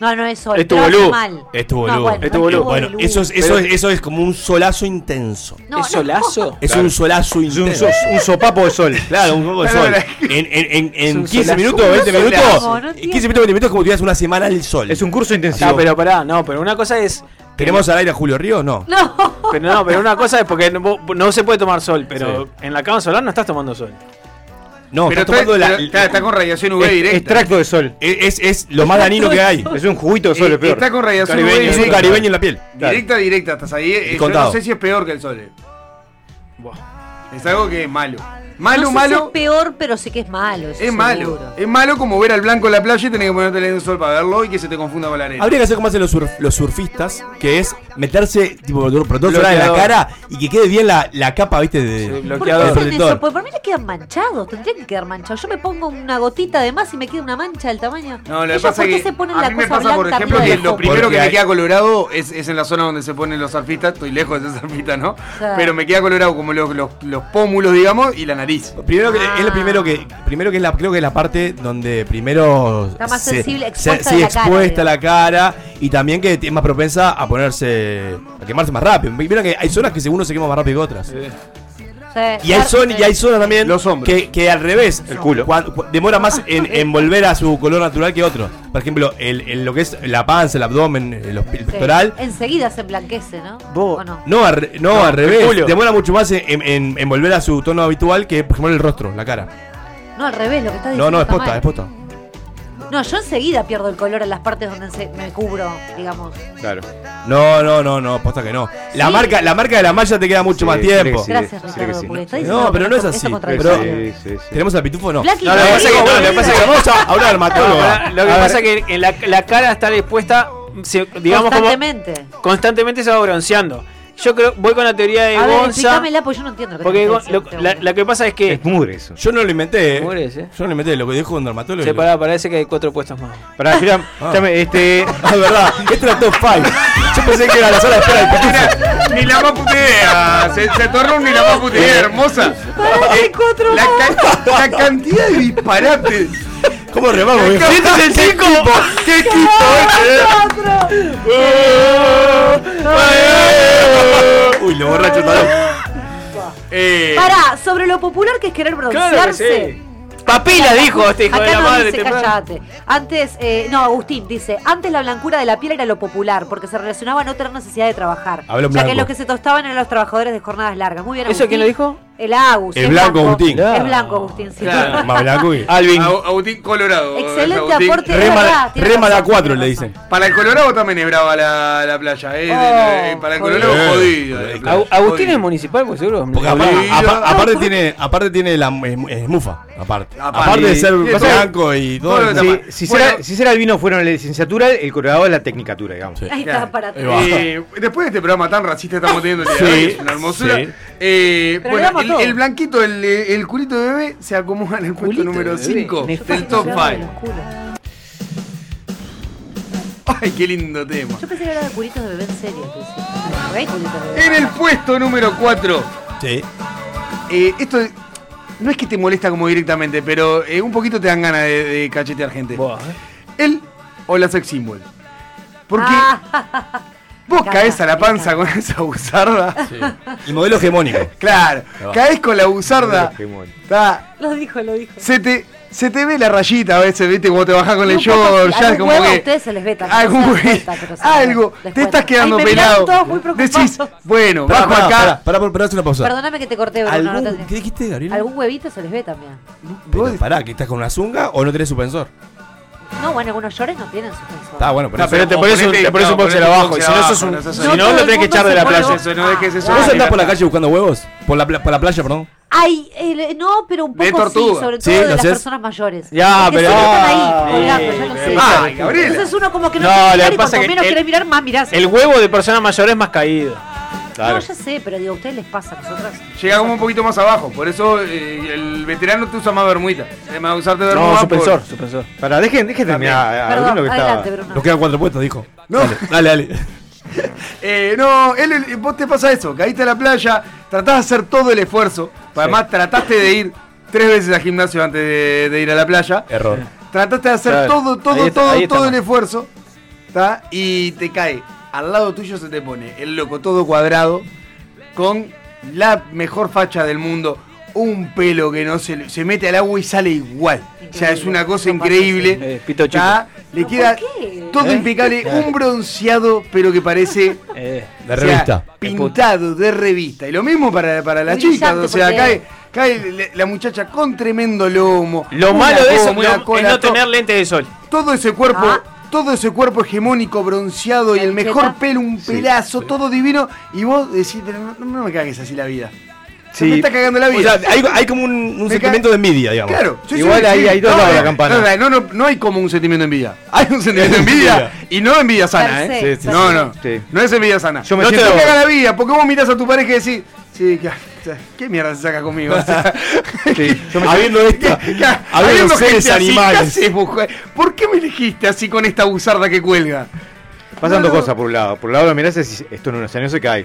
B: No, no es sol.
D: Es tu
B: te va a hacer
D: bolú.
B: mal.
F: Es tu boludo.
B: No, bueno,
F: es tu boludo. Bueno, eso es, eso,
D: Pero-
F: es, eso es como un solazo intenso.
B: No,
D: ¿Es solazo?
F: Es
E: Claro.
F: un solazo
E: Un,
F: intenso.
E: so- un sopapo de sol.
F: Claro, un poco de
E: Claro,
F: sol.
E: la-
F: En, en, en,
E: Es un
F: en 15
E: solazo.
F: minutos,
E: Un
F: 20 minutos.
E: solazo, no
F: 15 minutos, 20 minutos es como si tuvieras una semana al sol.
E: Es un curso intensivo.
D: Ah, pero pará, no, pero una cosa es.
F: ¿Tenemos al aire a Julio Río o no?
D: Pero no, pero una cosa es porque no, vos- no se puede tomar sol, pero en la cama solar no estás tomando sol.
F: No,
C: Pero
F: estás
C: está,
F: tomando la-
C: pero está- está con radiación UV
F: Es-
C: directa.
E: Extracto de sol.
F: Es, es lo más dañino que hay.
E: Es un juguito de sol,
C: Eh,
E: es peor.
C: Está con radiación
F: Caribeño,
C: UV
F: es un
C: directa.
F: caribeño en la piel.
C: Directa, directa, estás ahí. eh, Yo
F: contado.
C: no sé si es peor que el sol. eh. Es algo que es malo. Malo,
B: No sé si
C: malo.
B: es peor, pero sé que es malo. eso
C: Es malo.
B: seguro.
C: Es malo como ver al blanco en la playa y tener que ponerte el sol para verlo y que se te confunda con la arena.
F: Habría que hacer como hacen los, surf- los surfistas, que es meterse tipo por por dos horas en la
C: Bloqueador.
F: cara y que quede bien la, la capa, viste, de,
B: ¿Por qué hacen
F: del protector.
B: eso? Porque por mí le quedan manchados. Tendrían que quedar manchados. Yo me pongo una gotita de más y me queda una mancha del tamaño.
C: No, lo que
B: Ellos,
C: pasa
B: ¿por qué
C: es que
B: se ponen
C: a
B: la
C: mí me
B: cosa
C: pasa, por
B: blanca
C: ejemplo,
B: arriba
C: que
B: del
C: lo
B: ojo?
C: primero
F: Porque
C: que me
F: hay-
C: queda colorado es, es en la zona donde se ponen los surfistas. Estoy lejos de ser surfista, ¿no?
B: Claro.
C: Pero me queda colorado como los, los, los pómulos, digamos, y la nariz.
F: Primero que, es lo primero que primero que es la creo que es la parte donde primero
B: Está más sensible, expuesta
F: sí,
B: de la cara,
F: expuesta la cara y también que es más propensa a ponerse a quemarse más rápido. Vieron que hay zonas que según uno se quema más rápido que otras.
B: Sí,
F: Y hay,
B: claro,
F: son,
B: sí.
F: y hay zonas también Que, que al revés, el culo, demora más en, en volver a su color natural que otro. Por ejemplo, el, el- lo que es la panza, el abdomen, el, el
B: Sí.
F: pectoral,
B: Enseguida se emblanquece, ¿no? ¿O no?
F: no, al re- no,
D: No,
F: al
D: el
F: revés.
D: culo.
F: Demora mucho más en, en- en- en volver a su tono habitual que, por ejemplo, el rostro, la cara.
B: No, al revés, lo que estás
F: No,
B: diciendo.
F: no, es
B: está
F: posta,
B: mal.
F: es posta.
B: No, yo enseguida pierdo el color en las partes donde se- me cubro, digamos.
E: Claro.
F: No, no, no, no, posta que no. La
B: Sí.
F: marca, la marca de la malla te queda mucho
E: Sí,
F: más
E: sí,
F: tiempo.
E: sí, Gracias, sí, Ricardo, sí.
B: porque está diciendo
F: No, pero no es
B: esto-
F: así.
B: esto
F: Pero
E: contradicción. Sí, sí, sí.
F: tenemos al pitufo, no.
B: Blacky,
F: No, lo que pasa es que no, lo que pasa es que vamos a, a una dermatóloga.
D: Lo que
F: A ver.
D: pasa es que en la, la cara está expuesta, se- digamos,
B: Constantemente.
D: como constantemente se va bronceando. Yo creo, voy con la teoría de
B: A ver,
D: Gonza.
B: explícamela porque yo no entiendo lo que
D: Porque
B: tenés que
D: Gon-
B: decir.
D: lo- la, la que pasa es que.
E: Es mugre eso.
F: Yo no lo inventé. eh.
D: Mugre ese.
F: Yo no lo inventé, lo Ah. que dijo un dermatólogo.
D: Se pará, parece que hay cuatro puestos más.
E: Pará, Giram, llame, este.
F: Es verdad, este era top 5. Yo pensé que era la sala de espera del pitufo.
C: Ni la más puta idea. Se, se tornó ni la más puta idea, hermosa. Eh, la, ca- la cantidad de disparates.
F: ¿Cómo remamos, viejo?
C: ¡Este es el 5! ¡Qué
B: eh.
C: equipo
F: este! Uy, lo borracho está
C: Eh,
B: Pará, sobre lo popular que es querer broncearse.
D: Papila dijo este hijo
B: Acá
D: de la
B: no
D: madre.
B: dice,
D: temprano.
B: callate. Antes, eh, no, Agustín dice, antes la blancura de la piel era lo popular, porque se relacionaba a no tener necesidad de trabajar.
F: Habla un
B: ya que
F: blanco.
B: los que se tostaban eran los trabajadores de jornadas largas. Muy bien,
D: ¿Eso
B: Agustín.
D: quién lo dijo?
B: El Agus.
F: El
B: es
F: blanco Agustín.
B: Es blanco Agustín, sí.
F: Más blanco que.
D: Alvin.
C: Agu- Agustín Colorado. eh,
B: Excelente
C: Agustín.
B: aporte,
F: Rema-
B: verdad, tiene
F: Rema la
B: razón.
F: 4, le dicen.
C: Para el Colorado también es brava la, la playa. eh, de- de-
B: Oh,
C: para el Colorado
F: jodido.
C: jodido.
F: Eh,
C: la playa,
D: Agu- Agustín
C: jodido.
D: es municipal, pues seguro.
F: Porque
D: Habla-
F: aparte,
C: Olvida.
F: apa- aparte tiene, aparte tiene la es mufa, aparte.
C: Aparte.
F: Aparte de ser
C: Y eso-
F: blanco y todo.
C: Todo lo
F: Sí.
C: demás.
E: Si, si
C: Bueno.
E: será, si será el vino fueron la licenciatura, el colorado es la tecnicatura, digamos.
F: Sí.
B: Ahí está, para atrás.
F: va.
C: Eh, después de este programa tan racista estamos teniendo el día de
F: Sí,
C: hoy, es una hermosura.
F: sí.
C: Eh,
B: Pero
C: bueno,
B: hagamos
C: el,
B: todo.
C: el blanquito, el, el culito de bebé, se acomoda en el puesto
D: Culito de
C: número
D: bebé.
C: 5
D: Nefasto.
C: del top
B: Yo
C: 5. Ay, qué lindo tema.
B: pensé que era de curitos de bebé en serio. al principio. Pero hay culitos de bebé.
C: En el puesto número 4,
F: Sí.
C: esto no es que te molesta como directamente, pero eh, un poquito te dan ganas de, de cachetear gente.
D: Buah, eh.
C: Él o la sex symbol. Porque
B: Ah,
C: vos
B: me
C: caes
B: encanta,
C: a la
B: me
C: panza con esa buzarda.
F: El modelo hegemónico.
C: Claro,
F: Ahí va.
C: caes con la buzarda. Está
B: lo dijo, lo dijo.
C: se te, se te ve la rayita a veces, viste, cuando te bajás con el
B: Un poco
C: short,
B: sí,
C: ya
B: algún
C: como
B: huevo
C: que.
B: a ustedes se les ve también,
C: algún
B: no se dan
C: hue-
B: cuenta, pero se dan-
C: algo,
B: les
C: te
B: cuento.
C: estás quedando
B: Ahí me miran
C: pelado.
B: todos muy preocupados.
C: Decís, bueno,
F: Pará,
C: bajo
F: pará,
C: acá.
F: pará, pará, pará, pará, hacer una pausa.
B: Perdóname que te corté, Bruno.
F: ¿Algún,
B: No
F: ¿Qué
B: te...
F: dijiste, Gabriel?
B: Algún huevito se les ve también.
F: Pero pará, que estás con una zunga o no tenés suspensor.
B: No, bueno, algunos llores no tienen suspenso.
F: Está bueno, pero
C: No,
F: eso-
C: pero te pones un, te pones un boxer abajo. Y si no, sos un,
B: si no, lo tenés que echar de la playa. No dejes eso.
F: ¿Vos andás por la calle buscando huevos? Por la, pla- por la playa, perdón.
B: Ay, eh, no, pero un
C: De
B: poco sí,
C: tortuga.
B: sobre
F: Sí,
B: todo de
F: ¿lo
B: las
F: haces?
B: personas mayores.
D: Ya,
B: Porque
D: pero-
B: siempre
D: Ah,
B: están ahí, colgando,
D: eh,
B: ya no
D: eh,
B: sé.
C: ay, Gabriela.
B: Entonces uno como que no,
D: No,
B: quiere
D: lo
B: mirar
D: que
B: y
D: pasa
B: cuanto
D: que
B: menos
D: el-
B: querés mirar, más mirás.
D: El huevo de persona mayor es más caído.
B: No, ya sé, pero digo, a ustedes les pasa, a nosotras.
C: Llega como un poquito más abajo. Por eso eh, el veterano te usa más bermuita. Además de usarte bermuda.
D: No,
C: por-
D: suspensor, suspensor.
E: Pará, dejen, dejen terminar a- a
B: Perdón,
E: Bruno que estaba-
B: adelante, Bruno.
F: Nos quedan cuatro puestos, dijo.
C: No.
F: Dale, dale, dale.
C: Eh, no, él, él- vos te pasa eso, caíste a la playa, tratás de hacer todo el esfuerzo, además trataste de ir tres veces al gimnasio antes de, de ir a la playa,
F: Error.
C: trataste de hacer
D: Claro,
C: todo, todo,
D: ahí está-
C: todo,
D: ahí está
C: todo el
D: mal.
C: esfuerzo, ¿tá? y te cae, al lado tuyo se te pone el loco todo cuadrado, con la mejor facha del mundo, un pelo que no se, le- se mete al agua y sale igual, o sea, es una cosa increíble,
D: Eh, pito chico.
C: ¿tá? le
B: No,
C: queda
B: ¿por qué?
C: todo
D: ¿Eh?
C: impecable,
D: Claro.
C: un bronceado, pero que parece...
D: Eh.
F: De
C: O sea,
F: revista.
C: pintado de revista. Y lo mismo para, para las
B: Brillante,
C: chicas. O sea,
B: porque-
C: cae, cae la- la muchacha con tremendo lomo.
D: Lo
C: una
D: malo de eso
C: goma, una
D: no- es
C: cola,
D: no
C: to-
D: tener lentes de sol.
C: Todo ese cuerpo.
B: Ah.
C: Todo ese cuerpo hegemónico, bronceado y el mejor
B: Cheta.
C: pelo, un pelazo, todo divino. Y vos decís, pero no, no me cagues así la vida. Se
E: Sí.
C: me está cagando la
F: O
C: vida.
F: sea, hay, hay como un, un
C: Me
F: sentimiento de envidia, digamos.
C: Claro, yo
E: Igual
C: soy-
E: ahí hay dos
C: no,
E: lados de la
C: no,
E: campana.
C: No, no, no, no hay como un sentimiento de envidia. Hay un sentimiento de envidia y no envidia sana,
B: Per
C: ¿eh?
B: se, Sí, sí, per
C: no,
B: se.
C: no.
E: Sí.
C: No es envidia sana.
E: Yo me
C: no
E: siento-
C: te caga la vida, porque vos mirás a tu pareja y decís, sí, que- ¿qué mierda se saca conmigo? O sea,
E: Sí, yo me-
F: Habiendo esta,
C: que-
F: habiendo seres
C: gente así, ¿qué
F: animales.
C: haces, mujer? ¿Por qué me elegiste así con esta buzarda que cuelga?
E: Pasan
C: No,
E: dos
C: no.
E: cosas por un lado. Por un lado lo mirás y decís, esto no, o sea, no se cae.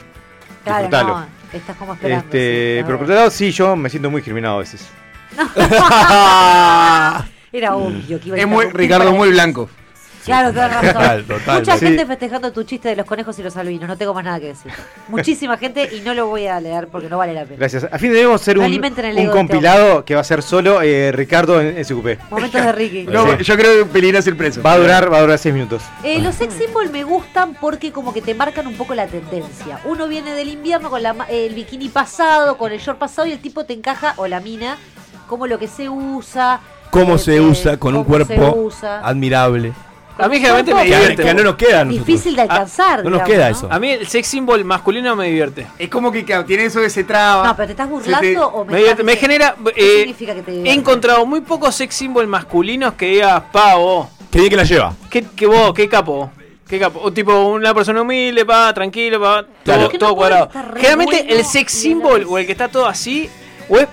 B: Claro,
E: Disfrutalo.
B: no, estás como esperando.
E: Este,
B: sí,
E: pero por
B: claro.
E: otro lado, sí, yo me siento muy discriminado a veces.
B: Era obvio que iba a
C: Es
B: estar
C: muy,
B: un-
C: Ricardo es muy blanco.
B: Claro, tenés razón.
F: Total, total.
B: Mucha
E: Sí.
B: gente festejando tu chiste de los conejos y los albinos, no tengo más nada que decir. Muchísima gente y no lo voy a leer porque no vale la pena.
E: Gracias. A fin debemos hacer
B: No
E: un,
B: alimenten el
E: un
B: ego de este
E: compilado que va a ser solo eh, Ricardo en, en su cupé.
B: Momentos de Ricky.
C: No, yo creo que peligro ser preso.
E: Va a durar, va a durar seis minutos.
B: Eh, los sex symbol me gustan porque como que te marcan un poco la tendencia. Uno viene del invierno con la ma- eh, el bikini pasado, con el short pasado y el tipo te encaja, o la mina, como lo que se usa,
F: cómo se usa con un
B: cómo se
F: cuerpo
B: usa.
F: admirable.
D: A mí generalmente me
F: Que a-
D: divierte.
F: que no nos queda a nosotros.
B: Difícil de alcanzar.
F: no nos
B: digamos,
F: queda eso.
D: A mí el sex symbol masculino me divierte.
C: Es como que tiene eso de se traba.
B: No, pero te estás burlando o me,
D: me, divierte, me genera.
B: ¿Qué
D: eh,
B: significa que te
D: he encontrado muy pocos sex symbol masculinos que digas, pavo.
F: Qué bien que la lleva.
D: ¿Qué, qué vos, qué capo? ¿Qué capo? O tipo una persona humilde, pa, tranquilo, pa, todo,
F: Claro.
D: todo cuadrado. Generalmente el sex symbol o el que está todo así, o es-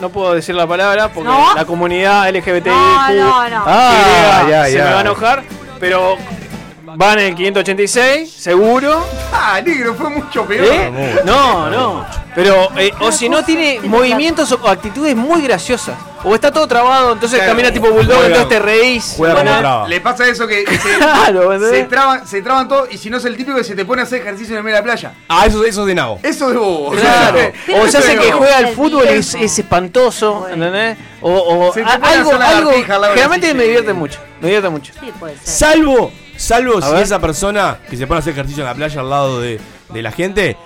D: No puedo decir la palabra porque
B: ¿No?
D: la comunidad LGBTIQ
B: No, no, no.
D: Ah,
E: ya,
D: se
E: ya.
D: me va a enojar, pero van en el 586, seguro.
C: Ah, negro, fue mucho peor.
D: ¿Eh? No, no. Pero, eh, o si no, tiene movimientos o actitudes muy graciosas. O está todo trabado, entonces
C: Claro.
D: camina tipo bulldog,
C: Juega.
D: entonces te reís. Bueno,
C: le pasa eso que que se,
D: Claro, ¿entendés?
C: se traban, se traban todo y si no es el típico que se te pone a hacer ejercicio en el medio de la playa.
F: Ah, eso, eso es de nabo.
C: Eso es de bobo.
D: Claro. O
C: Eso
D: ya
C: es
D: sé
C: de
D: que
C: bobo.
D: juega al fútbol y es, es espantoso, ¿entendés? O, o-
C: Se te
D: a-
C: pone a
D: algo,
C: hacer la
D: algo.
C: lagartija al lado de la
D: Generalmente
C: silla.
D: me divierte mucho. Me divierte mucho.
F: Salvo, salvo
D: A
F: si
D: ver.
F: esa persona que se pone a hacer ejercicio en la playa al lado de, de la gente,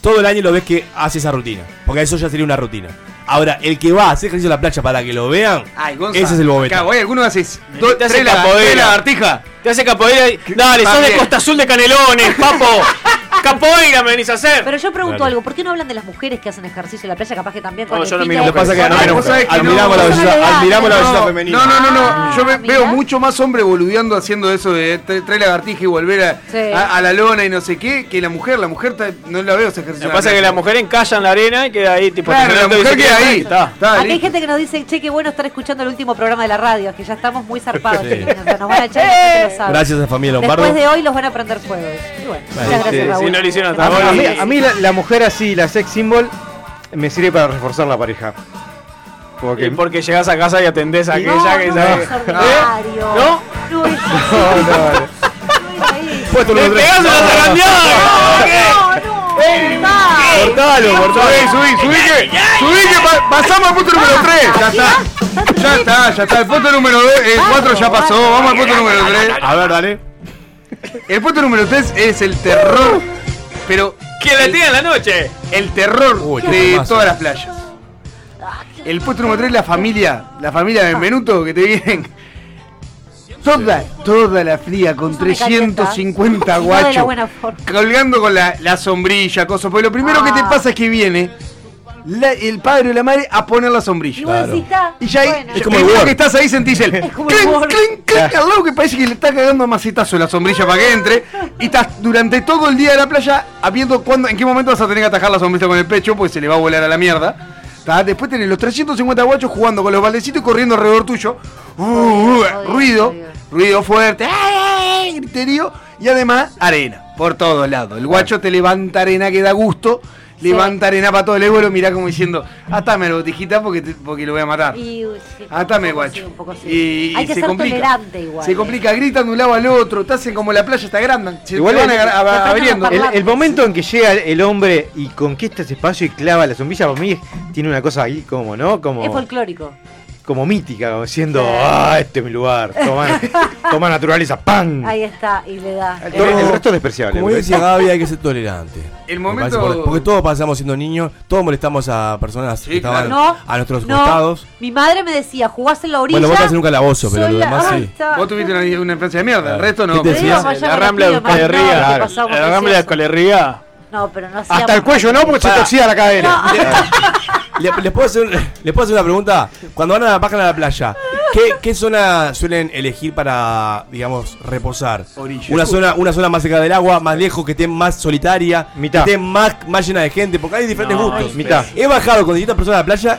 F: todo el año lo ves que hace esa rutina. Porque eso ya sería una rutina. Ahora, el que va a hacer ejercicio en la playa para que lo vean,
C: Ay, Gonza.
F: ese es el bobete.
C: Cago, hay alguno que haces
D: Te
C: do-
D: hace
C: tres la-
D: capoeira.
C: tres lagartijas.
D: Te hace capoeira y. Dale, sos de
C: También.
D: Costa Azul de Canelones, papo. capoeira me venís a hacer.
B: Ah, Pero yo pregunto
D: Claro.
B: algo, ¿por qué no hablan de las mujeres que hacen ejercicio en la playa? Capaz que también con
D: No,
B: el
D: yo no
B: pito-
D: miro mujeres. Lo que pasa que no miro
C: Vos sabés que
F: Admiramos
C: no.
F: la belleza-
B: Eso no le da,
F: admiramos la
C: No,
F: belleza femenina.
C: No, no, no, no. Yo ve- veo mucho más hombre boludeando haciendo eso de tre- trae lagartija y volver a,
B: Sí.
C: a- a la lona y no sé qué que la mujer. La mujer ta- no la veo ese
D: Lo
C: ejercicio.
D: que pasa es que la
C: la
D: mujer encalla en la arena y queda ahí, tipo.
C: Claro, la
D: caminando
C: mujer
D: bicicleta.
C: queda ahí.
D: Está.
B: Acá hay gente que nos dice, che, qué bueno estar escuchando el último programa de la radio, que ya estamos muy zarpados.
F: Sí.
B: chicos, Nos van a echar, y no lo saben.
F: Gracias a familia Lombardo.
B: Después de hoy los van a prender fuego. Y bueno, muchas
E: Este,
B: gracias, Raúl.
D: no lo hicieron
E: A mí, a mí- a mí la, la mujer así, la sex symbol, me sirve para reforzar la pareja. Porque,
D: Y porque llegás a casa y atendés a aquella que
E: no,
D: sabe-
E: no,
B: Ordinario.
D: ¿No?
B: No es así.
F: Puesto los tres.
C: Cortalo, cortalo. Subí, subí, subí que, subí que pa- pasamos al punto número 3. Ya está. Ya está, ya está. El punto número 4 ya pasó. Vamos al punto número 3.
F: A ver, dale.
C: El punto número 3 es el terror. Pero.
D: ¡Que la tiene en la noche!
C: El terror
F: qué
C: de
F: temazo.
C: todas las playas. El puesto número 3 es la familia. La familia de Menuto que te vienen. Toda, toda la fría con
B: me calienta. No
C: 350
B: de la
C: guachos.
B: buena forma.
C: colgando con la, la sombrilla, cosas. Porque lo primero que te
B: Ah.
C: pasa es que viene la- el padre o la madre a poner la sombrilla.
B: Y vos decís, está,
C: Y ya ahí,
B: bueno.
C: es como el que estás ahí sentís el
B: como el
C: clink,
B: Word.
C: clink, clink al lado que parece que le está cagando a macetazo la sombrilla para que entre. Y estás durante todo el día de la playa viendo cuándo, en qué momento vas a tener que atajar la sombrilla con el pecho, porque se le va a volar a la mierda. Está, Después tenés los 350 guachos jugando con los baldecitos y corriendo alrededor tuyo. Uh, uh, ruido, ruido fuerte, ¡ay, ay, ay! griterío y además arena por todos lados. El guacho te levanta arena que da gusto, levanta arena para todo el ego y lo mirá como diciendo, atame la botijita porque, te- porque lo voy a matar.
B: Y, uy, sí, un
C: Atame,
B: poco
C: guacho.
B: sí, un poco sí.
C: Y,
B: Hay
C: y
B: que
C: se
B: ser
C: complica.
B: tolerante igual. ¿eh?
C: Se complica, gritan de un lado al otro, te hacen como la playa está grande. Se
E: Igual
C: te van
E: el-
C: agar- ab-
B: Te
C: abriendo.
E: el, el momento en que llega el hombre y conquista ese espacio y clava la sombrilla, para mí es- tiene una cosa ahí como, ¿no?
B: Es
E: Como,
B: folclórico.
E: como mítica, como diciendo, ah, este es mi lugar. Toma, toma naturaleza, ¡pam!
B: Ahí está, y le da.
E: El, el resto es despreciable.
F: Como
E: me
F: decía Gaby, hay que ser tolerante.
C: El
F: Me parece,
C: momento-
F: Porque, porque todos pasamos siendo niños, todos molestamos a personas que estaban
B: No,
F: a nuestros
B: no.
F: costados.
B: Mi madre me decía, jugás en la orilla.
F: Bueno, vos estás en un calabozo, pero
B: soy
F: lo
B: la-
F: demás
B: Ay,
F: sí.
B: está.
C: Vos tuviste una, una infancia de mierda, el
F: Claro.
C: resto no.
F: ¿Qué te
C: pero-
F: decías?
B: Vamos allá
D: La
B: con
D: rambla de
B: piba, más
D: Euskal
B: nada,
D: Herria.
B: que pasamos
D: La rambla de
B: precioso.
D: Euskal Herria.
B: No, pero no hacíamos
E: Hasta el cuello, ¿no? Porque se
F: Pará.
E: torcía la cadera.
F: Le- les, puedo hacer, les puedo hacer una pregunta. Cuando van a la bajan a la playa, ¿qué, qué zona suelen elegir para, digamos, reposar?
C: Orilla.
F: Una zona, una zona más cerca del agua, más lejos, que esté más solitaria,
E: Mitad.
F: que esté más, más llena de gente, porque hay diferentes
D: No,
F: gustos.
E: mitad.
F: He bajado con distintas personas a la playa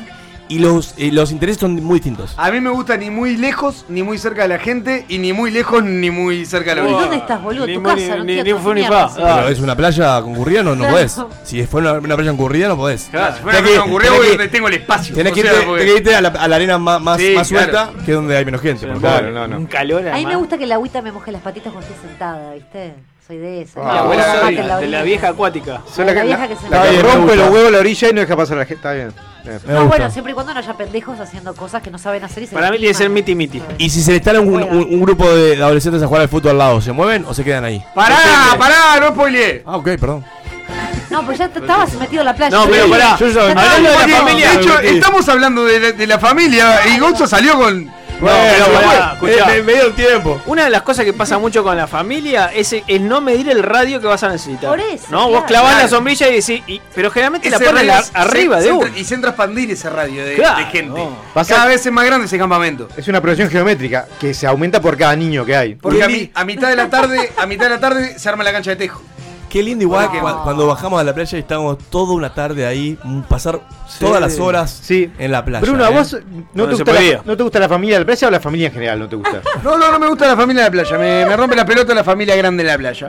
F: y los, eh, los intereses son muy distintos.
C: A mí me gusta ni muy lejos, ni muy cerca de la gente, y ni muy lejos, ni muy cerca de la
B: ¿Y
C: orilla.
B: dónde estás, boludo?
D: Ni
B: Tu
D: mu-
B: casa,
D: ni-
B: no
D: ni-
B: quiero
D: ni
B: hacer
D: fu ni
B: mierda,
D: fa.
B: sí.
D: Ah.
F: Pero es una playa concurrida, no, no
B: Claro.
F: podés. Si fue una, una playa concurrida, no podés.
D: Claro.
C: Bueno,
F: Tenés
C: me
F: que-
C: ocurrió
F: tenés
C: porque
F: que-
C: te tengo el espacio.
F: Tenés
C: o
F: que irte,
C: sea, porque-
F: tenés que irte a, la, a la arena más, más,
C: Sí,
F: más suelta,
C: claro.
F: que es donde hay menos gente, por favor.
E: Claro, no, no.
D: Un calor
B: A mí me
D: además.
B: gusta que la agüita me moje las patitas cuando estoy sentada, ¿viste? Soy de esa.
E: Ah,
D: La
B: Me
D: abuela
B: gusta
E: bueno,
B: más
D: Gaby,
B: que en
D: de
B: orilla.
D: la vieja acuática.
E: Son
B: La
E: la, que-
B: vieja
E: la-
B: que se
E: la
F: me
E: que
F: gusta.
E: rompe los
F: Me gusta.
E: huevos a la orilla y no deja pasar a la gente. Está bien. Bien.
F: Me
B: No,
F: gusta.
B: bueno, siempre y cuando no haya pendejos haciendo cosas que no saben hacer y se
D: Para mí tiene que ser
B: lastiman.
D: miti miti.
F: Y si se le instala un, un- un grupo de adolescentes a jugar al fútbol al lado, ¿se mueven o se quedan ahí?
C: Pará, pará, no spoileé.
F: Ah, ok, perdón.
B: No, pues ya te- estabas metido en la playa.
C: No, pero
B: Sí.
C: pará.
B: Ya estabas
C: Hablando de la
B: metido.
C: familia. De hecho, estamos hablando de la, de la familia y Gonzo salió con.
D: pero
C: se
D: pará,
C: fue.
D: Ah, escuchá.
C: Eh, me- me dieron tiempo.
D: Una de las cosas que pasa mucho con la familia es el no medir el radio que vas a necesitar.
C: Por eso,
D: No, vos
C: claro.
D: clavás la
C: Claro.
D: sombrilla y decís. y- pero generalmente la
C: Ese
D: ponen
C: radio
D: a-
C: se-
D: arriba
C: se
D: de
C: entra-
D: uno.
C: Y se entra a expandir ese radio de,
D: Claro.
C: de gente.
E: Pasa-
C: Cada vez es más grande ese campamento.
E: Es una progresión geométrica que se aumenta por cada niño que hay.
C: Porque a, mi- a mitad de la tarde, a mitad de la tarde se arma la cancha de tejo.
F: Qué lindo igual
C: Ah.
F: que cua- cuando bajamos a la playa y estábamos toda una tarde ahí, mm, pasar todas las horas en la playa.
E: Bruno, ¿a
F: ¿eh?
E: vos no te, gusta la, no te gusta la familia de la playa o la familia en general no te gusta?
C: No, no, no me gusta la familia de la playa. Me, me rompe la pelota la familia grande de la playa.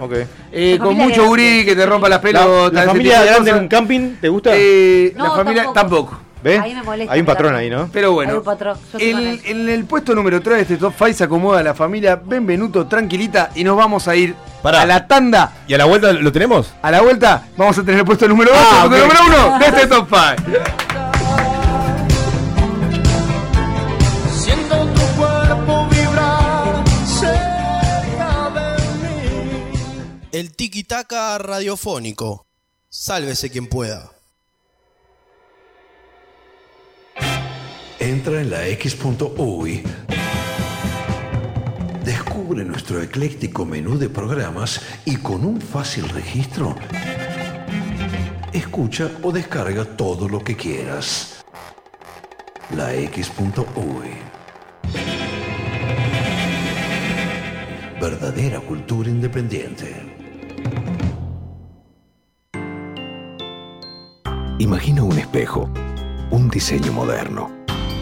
C: Eh,
E: La
C: con
E: familia
C: mucho
E: grande.
C: gurí que te rompa las pelotas.
E: la
C: ese
E: familia
C: tipo de
E: grande en
C: cosas.
E: un camping, ¿te gusta?
C: Eh,
B: No,
C: la familia
B: tampoco.
C: tampoco.
E: ¿Ves?
B: Ahí me molesta,
E: Hay un patrón
B: claro.
E: ahí, ¿no?
C: Pero
B: Hay
C: bueno,
B: un patrón. pues, Yo estoy con
C: el-
B: él.
C: en el puesto número 3 de este top 5 se acomoda la familia Benvenuto tranquilita y nos vamos a ir a la tanda.
F: ¿Y a la vuelta lo tenemos?
C: A la vuelta vamos a tener el puesto número 2,
F: Ah,
C: el puesto
F: ok.
C: número 1 de este top 5.
Q: Siento tu cuerpo vibrar cerca de mí.
H: El tiki-taka radiofónico. Sálvese quien pueda.
K: Entra en la X.UI. Descubre nuestro ecléctico menú de programas y con un fácil registro, escucha o descarga todo lo que quieras. La X.UI. Verdadera cultura independiente.
R: Imagina un espejo, un diseño moderno.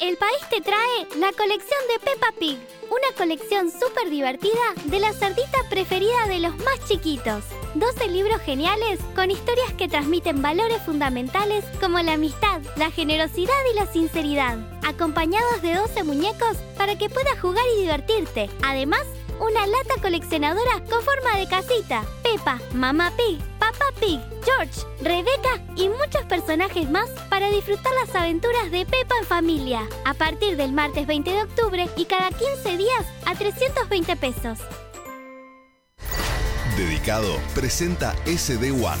I: El país te trae la colección de Peppa Pig, una colección súper divertida de la cerdita preferida de los más chiquitos. 12 libros geniales con historias que transmiten valores fundamentales como la amistad, la generosidad y la sinceridad, acompañados de 12 muñecos para que puedas jugar y divertirte. Además, una lata coleccionadora con forma de casita, Peppa, Mamá Pig, Papá Pig, George, Rebeca y muchos personajes más para disfrutar las aventuras de Peppa en familia. A partir del martes 20 de octubre y cada 15 días a 320 pesos.
M: Dedicado presenta SD One,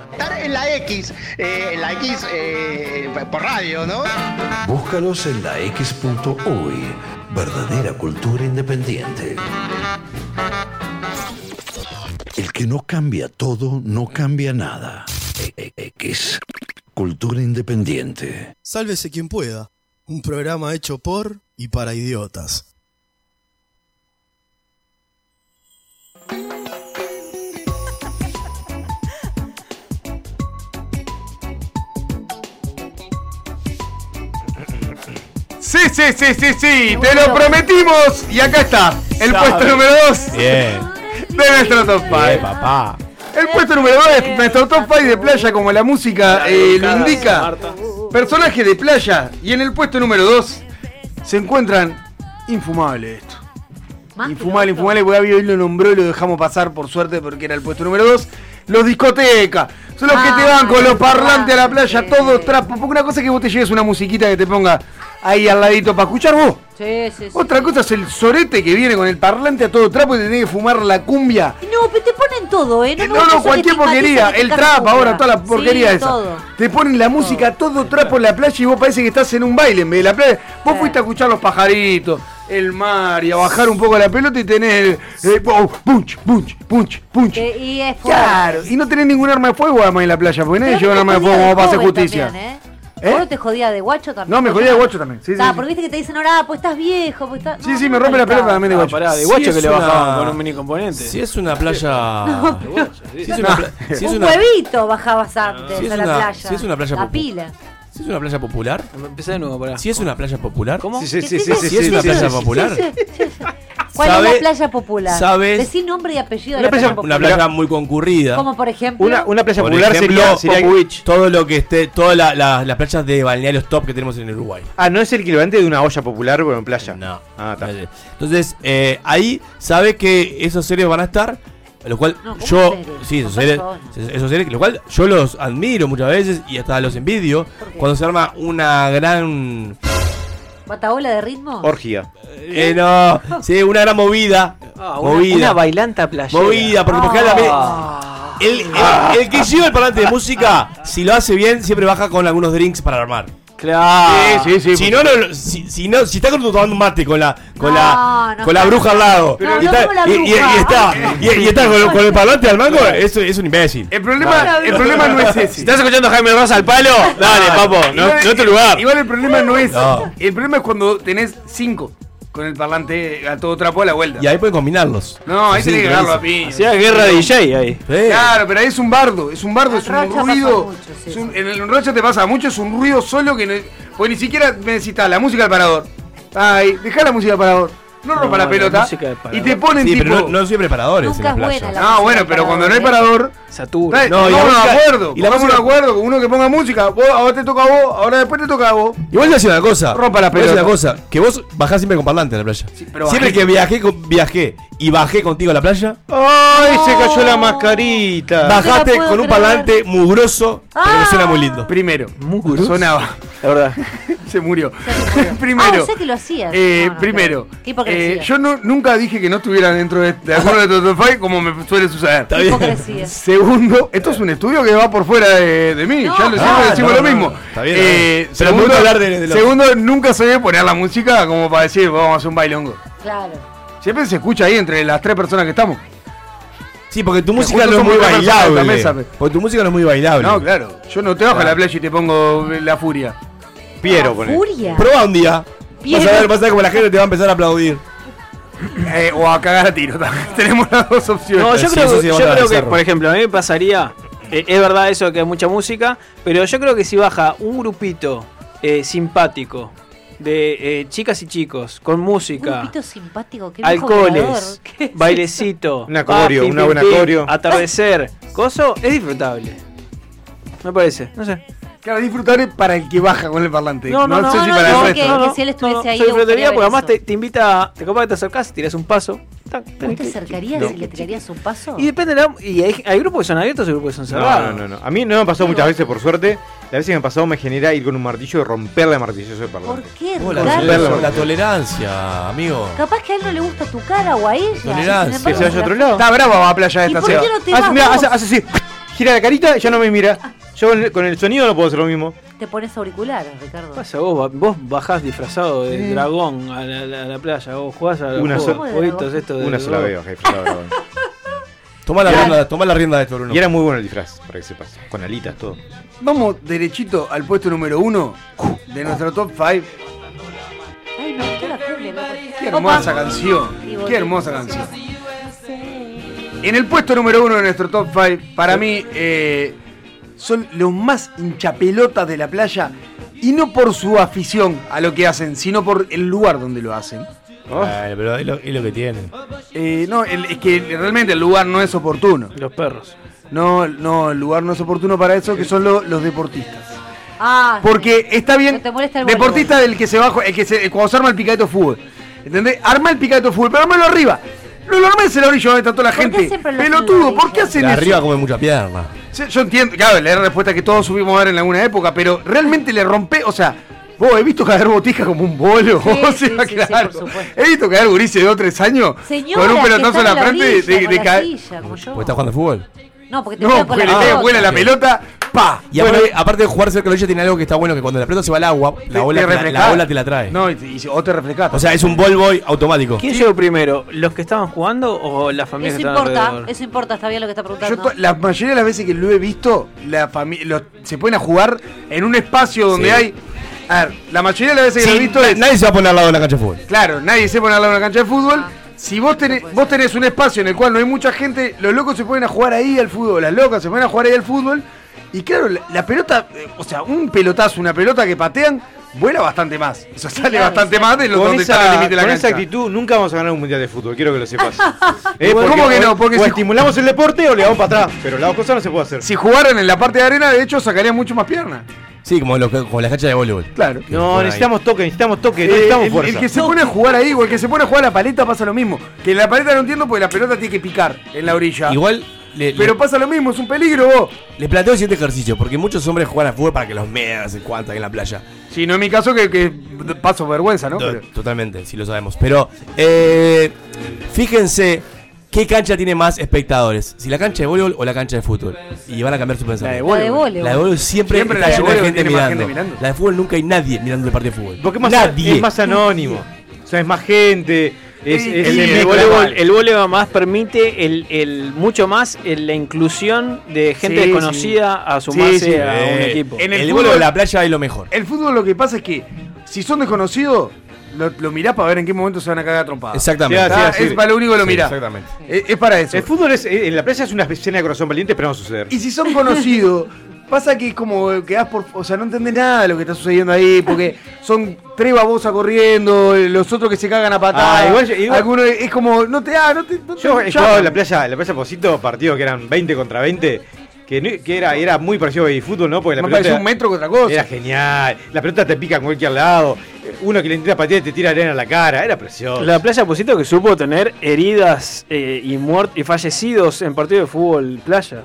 G: Estar en la X, eh, en la X eh, por radio, ¿no?
K: Búscalos en la X.uy. Verdadera cultura independiente. El que no cambia todo, no cambia nada. E- e- X. Cultura independiente.
H: Sálvese quien pueda. Un programa hecho por y para idiotas.
C: Sí, sí, sí, sí, sí, te lo prometimos. Y acá está, el
Q: Sabe.
C: puesto número 2
F: Bien.
C: de nuestro top 5.
F: papá.
C: El puesto número 2 de nuestro top 5 de playa, como la música eh, lo indica. Personaje de playa. Y en el puesto número 2 se encuentran infumable esto. Infumable, infumable, porque Gaby hoy lo nombró y lo dejamos pasar por suerte porque era el puesto número 2. Los discotecas. Son los que te van con los parlantes a la playa, todos trapos. Porque una cosa es que vos te lleves una musiquita que te ponga ahí al ladito para escuchar vos.
B: Sí, sí, sí.
C: Otra cosa es el sorete que viene con el parlante a todo trapo y te tenés que fumar la cumbia.
B: No, pero te ponen todo, ¿eh?
C: No, no, cualquier porquería. El trap
B: trapo
C: ahora, toda la porquería
B: sí,
C: esa.
B: Todo.
C: Te ponen la música todo trapo en la playa y vos parece que estás en un baile en vez de la playa. Vos fuiste a escuchar los pajaritos, el mar y a bajar un poco la pelota y tenés el, eh, oh, punch, punch, punch, punch.
B: Eh, y es
C: Claro, y no tenés ningún arma de fuego además en la playa, porque nadie lleva un arma de fuego como para hacer justicia. ¿Eh?
B: ¿Vos no te jodías de guacho también?
C: No, me jodía de guacho también. Sí, sí,
B: Ah,
C: sí.
B: porque viste que te dicen ahora, ah, pues estás viejo, pues estás...
C: Sí, sí, me rompe la pelota también de
D: Ah,
C: guacho.
D: pará, de guacho que le bajaban con un mini componente.
F: Si es una playa.
B: No,
F: Si es una pla- si es
B: un
F: una-
B: huevito bajabas antes
F: Si es
B: a la
F: una-
B: playa.
F: si es una playa
B: La
F: popu-
B: pila.
F: si es una playa popular.
D: Empecé de nuevo, pará.
F: Si es una playa popular. ¿Cómo?
D: Sí, sí, sí, sí, sí,
F: Si es
D: sí,
F: una
D: sí,
F: playa
D: sí,
F: popular.
B: Sí, sí, sí. ¿Cuál es
F: Sabe-
B: la playa popular?
F: sabes-
B: Decí nombre y apellido de
F: Una
B: la playa,
F: playa,
B: popular.
F: muy concurrida.
B: Como por ejemplo...
E: playa
F: Por
E: popular
F: ejemplo,
E: sería- sería-
F: Popu Beach. todo lo que esté, todas la- la- las playas de balnearios top que tenemos en el Uruguay.
E: Ah, no es el equivalente de una olla popular, bueno, en playa. No. Ah, está.
F: Entonces, eh, ahí sabe que esos seres van a estar, lo cual yo, sí, esos seres, esos seres, lo cual yo los admiro muchas veces y hasta los envidio cuando se arma una gran
B: ¿Bataola de ritmo?
E: orgia.
F: Eh, no, sí, una gran movida,
D: Ah, una-
F: movida.
D: una bailanta playera.
F: Movida, porque por general
D: Ah.
B: Ah.
F: la me- el, el- el que lleva el parlante de música, si lo hace bien, siempre baja con algunos drinks para armar.
D: Claro.
F: Sí, sí, sí. Si no, no, lo- si, si no, si está con- tomando un mate con la, con
B: No,
F: la,
B: no
F: con la
B: está.
F: bruja al lado.
B: No,
F: y,
B: no
F: está,
B: como la
F: y- y- y
B: bruja.
F: está, y- y está con, con el parlante al mango, es, es un imbécil.
C: El problema, el problema no es ese.
F: Si estás escuchando a Jaime Rosa al palo, dale, papo, no,
C: Igual-
F: no es tu lugar.
C: Igual el problema no es.
F: No.
C: El problema es cuando tenés cinco con el parlante a todo trapo a la vuelta.
F: Y ahí pueden combinarlos.
C: No, ahí
F: Sí,
C: tenés que
F: claro.
C: agarrarlo a piña.
F: Hacía guerra de DJ
D: ahí.
C: Claro, pero ahí es un bardo, es un bardo, es un
D: pasa
C: ruido.
D: mucho,
C: es un- en el rocha te pasa mucho, es un ruido solo que. No, pues ni siquiera necesitas la música del parador. Ay, dejá la música del parador. No rompa la
F: la
C: pelota.
F: música del
C: y
F: parador.
C: te ponen
F: Sí,
C: tipo.
F: pero no, no siempre paradores en la playa.
C: Ah, bueno, pero cuando no hay parador.
D: Satura.
C: Dale, pongamos un acuerdo.
F: y la
C: pongamos un
F: música-
C: acuerdo con uno que ponga música. Vos, ahora te toca a vos, ahora después te toca a vos.
F: Igual te voy a decir una cosa.
C: Rompa la
F: Te voy a decir
C: pelota.
F: una cosa. Que vos bajás siempre con parlante a la playa.
C: pero
F: siempre
C: bajé.
F: que viajé, con- viajé y bajé contigo a la playa,
E: ¡Ay! Se cayó la mascarita.
F: bajaste con un parlante mugroso, pero que suena muy lindo.
C: Primero.
F: Mugroso.
C: Sonaba.
D: La verdad.
C: Se murió.
B: Ah,
C: primero.
B: o sea que lo hacías.
C: Eh,
B: No, no,
C: primero,
B: pero- ¿Qué hipocresía?
C: eh, yo no- nunca dije que no estuviera dentro de, de acuerdo de Totofight como me suele suceder.
B: bien. Hipocresía.
C: Segundo, esto es un estudio que va por fuera de, de mí. ya lo
F: no,
C: siempre decimos
F: Ah, no,
C: lo
F: no,
C: mismo.
F: no, está bien,
C: Eh,
F: está bien. Pero me
C: segundo,
F: gusta hablar de- de lo-
C: segundo, nunca se debe poner la música como para decir, vamos a hacer un bailongo.
B: Claro.
C: Siempre se escucha ahí entre las tres personas que estamos.
F: Sí, porque tu
C: Que
F: música no
C: juntos
F: es muy
C: somos tres personas en
F: bailable.
C: esta mesa, pe.
F: porque tu música no es muy bailable.
C: No, claro. Yo no te bajo a la playa y te pongo la furia.
E: Piero,
C: poner.
B: Furia.
F: Proba un día. Vas a
C: Bien.
F: ver, vas a ver cómo la gente te va a empezar a aplaudir.
C: Eh, o a cagar a tiro también. Tenemos las dos opciones.
D: No, yo creo, yo creo que, por
C: ejemplo,
D: ejemplo, a mí me pasaría. eh, es verdad eso de que hay mucha música, pero yo creo que si baja un grupito eh, simpático de eh, chicas y chicos con
B: Un
D: música,
B: pito simpático. Qué viejo violador.
D: alcoholes,
B: ¿Qué es
D: bailecito,
E: Un acorio,
D: pa,
E: una buena acorio.
D: atardecer, coso, es disfrutable. Me parece, no sé.
C: Claro, disfrutar es para el que baja con el parlante.
D: No, no, no,
C: sé si
D: no,
C: para
D: no,
C: el
D: que-
C: resto.
D: no, no,
B: si él estuviese
D: no, no,
B: ahí,
D: yo
B: le gustaría
D: disfrutaría
B: ver
D: porque además
B: eso.
D: te, te invita, te copa que te acercás, tiras un paso. tac,
B: ¿Vos
D: tenés
B: te
D: que-
B: acercarías
D: No.
B: y le tirarías un paso?
D: Y depende, de la- y hay, hay grupos que son abiertos y grupos que son
E: No,
D: cerrados.
E: no, no, no. A mí no me ha pasado muchas veces, por suerte. Las veces que me ha pasado me genera ir con un martillo y romperle el martillo del parlante.
B: ¿Qué?
F: Oh, la,
B: Ricardo?
F: tolerancia, la tolerancia, amigo.
B: Capaz que a él no le gusta tu cara o a ella. y sin
F: Tolerancia.
B: embargo,
F: Que se vaya a
B: la-
F: otro lado.
C: Está brava va a playa
B: ¿Y
C: esta
B: por
C: Seba.
B: qué no te
E: Hace-
B: vas
E: mirá,
B: vos?
E: hace, hace así. Gira la carita y ya no me mira. Yo con el, con el sonido no puedo hacer lo mismo.
B: Te pones auriculares, Ricardo.
D: pasa? Vos, ba- vos bajás disfrazado de
E: Sí.
D: dragón a la, la- a la playa, vos jugás a los
E: Una,
D: juegos-
E: sola-
D: jueguitos estos de
E: una sola veo,
D: dragón.
E: jefe. la verdad.
F: Toma la,
E: Ya.
F: rienda, toma la rienda de esto, Bruno.
E: Y era muy bueno el disfraz, para que sepas. Con alitas, todo.
C: Vamos derechito al puesto número uno de nuestro top 5.
B: Ay, me gustó la cumbia, loco.
C: Qué hermosa
B: Opa. Y
C: canción.
B: volví.
C: Qué hermosa canción. En el puesto número uno de nuestro top 5, para mí, eh, son los más hinchapelotas de la playa. Y no por su afición a lo que hacen, sino por el lugar donde lo hacen. Oh.
F: Bueno, pero es lo, es lo que tiene.
C: Eh, no, el- es que realmente el lugar no es oportuno.
D: Los perros.
C: No, no, el lugar no es oportuno para eso, que son lo- los deportistas.
B: Ah,
C: Porque está bien,
B: te molesta el
C: deportista del que se baja, el que se, cuando se arma el picadito de fútbol. ¿Entendés? Arma el picadito de fútbol, pero armalo arriba. Lo alarmes en la orilla donde está toda la gente. Pelotudo, ¿por qué hacen
F: De
C: eso?
F: arriba come mucha pierna.
C: Sí, yo entiendo, claro, la respuesta que todos subimos a dar en alguna época, pero realmente le rompe, o sea, vos he visto caer botijas como un bolo,
B: Sí,
C: o sea,
B: sí, sí, sí,
C: claro.
B: por supuesto.
C: he visto caer gurises de dos o tres años
B: Señoras
C: con un
B: que
C: pelotazo en
B: están
C: la
B: a
C: frente de,
B: orilla,
C: de
B: con la
C: caer.
B: silla, como yo.
F: ¿O estás jugando al fútbol?
B: No, porque te
C: No,
B: pego con
C: porque
B: la
C: le pega,
B: pelota.
C: vuela la pelota, pa.
F: Y aparte, aparte de jugar cerca de la orilla tiene algo que está bueno, que cuando la pelota se va al agua, la,
C: te
F: ola, te la,
C: refrescás.
F: la ola te la trae.
C: No, y, y- o te refrescás.
F: O sea, es un ball boy automático.
D: ¿Quién llegó primero? ¿Los que estaban jugando o las familias
B: Eso
D: que estaban
B: importa,
D: alrededor?
B: eso importa, está bien lo que está
C: Yo
B: preguntando.
C: to- la mayoría de las veces que lo he visto, la fami- los- se ponen a jugar en un espacio donde
F: Sí.
C: hay. A ver, la mayoría de las veces que lo
F: Sí,
C: he visto
F: na-
C: es.
F: Nadie se va a poner al lado de la cancha de fútbol.
C: Claro, nadie se pone al lado de una cancha de fútbol. Si vos tenés, vos tenés un espacio en el cual no hay mucha gente, los locos se ponen a jugar ahí al fútbol, las locas se ponen a jugar ahí al fútbol. Y claro, la, la pelota, eh, o sea, un pelotazo, una pelota que patean, vuela bastante más. Eso sale
E: claro,
C: bastante
E: sí.
C: más de lo
E: Con
C: donde
E: esa-
C: está el límite de la
E: con
C: cancha.
E: esa actitud nunca vamos a ganar un mundial de fútbol, quiero que lo sepas. Eh,
C: ¿Cómo
E: porque
C: que
E: o-
C: no? Porque
E: o
C: si-
E: estimulamos el deporte o le vamos para atrás. Pero las dos cosas no se puede hacer.
C: Si jugaran en la parte de arena, de hecho, sacarían mucho más piernas.
F: Sí, como, los, como las canchas de voleibol.
C: Claro.
E: No, necesitamos toque, necesitamos toque,
C: Eh,
E: necesitamos
C: el,
E: fuerza.
C: el que se pone a jugar ahí o el que se pone a jugar a la paleta pasa lo mismo. Que en la paleta no entiendo porque la pelota tiene que picar en la orilla.
F: Igual. eh, le-
C: Pero
F: le-
C: pasa lo mismo, es un peligro vos.
F: Les planteo el siguiente ejercicio, porque muchos hombres juegan a fútbol para que los medas en cuanto ahí en la playa.
C: Si no es mi caso que, que paso vergüenza, ¿no?
F: To- Totalmente, sí lo sabemos. Pero eh, fíjense qué cancha tiene más espectadores. Si la cancha de voleibol o la cancha de fútbol. Y van a cambiar su pensamiento.
E: La de voleibol.
F: La de voleibol siempre,
E: Siempre
F: está
E: la de
F: llena de
E: voleibol
F: gente
E: tiene más
F: mirando.
E: gente mirando.
F: La de fútbol nunca hay nadie mirando el partido de fútbol.
E: Porque es más,
F: nadie.
E: es más anónimo. O sea, es más gente. Es,
D: Sí,
E: es-
D: el,
E: se
D: el
E: mezcla
D: voleibol,
E: mal.
D: el voleibol más permite el, el- mucho más el- la inclusión de gente
C: Sí,
D: desconocida
C: sí.
D: a sumarse
C: Sí, sí.
D: a un
C: Eh,
D: equipo.
C: en el El voleibol fútbol- de la
F: playa es lo mejor.
C: El fútbol lo que pasa es que si son desconocidos, lo, lo mirás para ver en qué momento se van a cagar a
F: Ah.
C: trompadas.
F: Exactamente.
C: Está- es para lo único que lo mirás.
F: Exactamente.
C: Es, es para eso.
E: El fútbol es, en la playa es una escena de corazón valiente, pero no va a suceder.
C: Y si son conocidos, pasa que es como quedás por. O sea, no entendés nada de lo que está sucediendo ahí, porque son tres babosas corriendo, los otros que se cagan a patadas.
E: Ah, igual yo- igual-
C: Algunos es como, no te. Ah, no te no te-
E: Yo he
C: ya.
E: jugado en la playa, en la playa Posito, partidos que eran 20 contra 20, que, no- que era, era muy parecido a fútbol, ¿no? Porque la
C: Más
E: pelota
C: parecía
E: era-
C: un metro que otra cosa.
E: Era genial. La pelota te pica en cualquier lado. Uno que le intenta patear y te tira arena a la cara. Era precioso.
D: La playa Posito que supo tener heridas eh, y muertos y fallecidos en partidos de fútbol playa.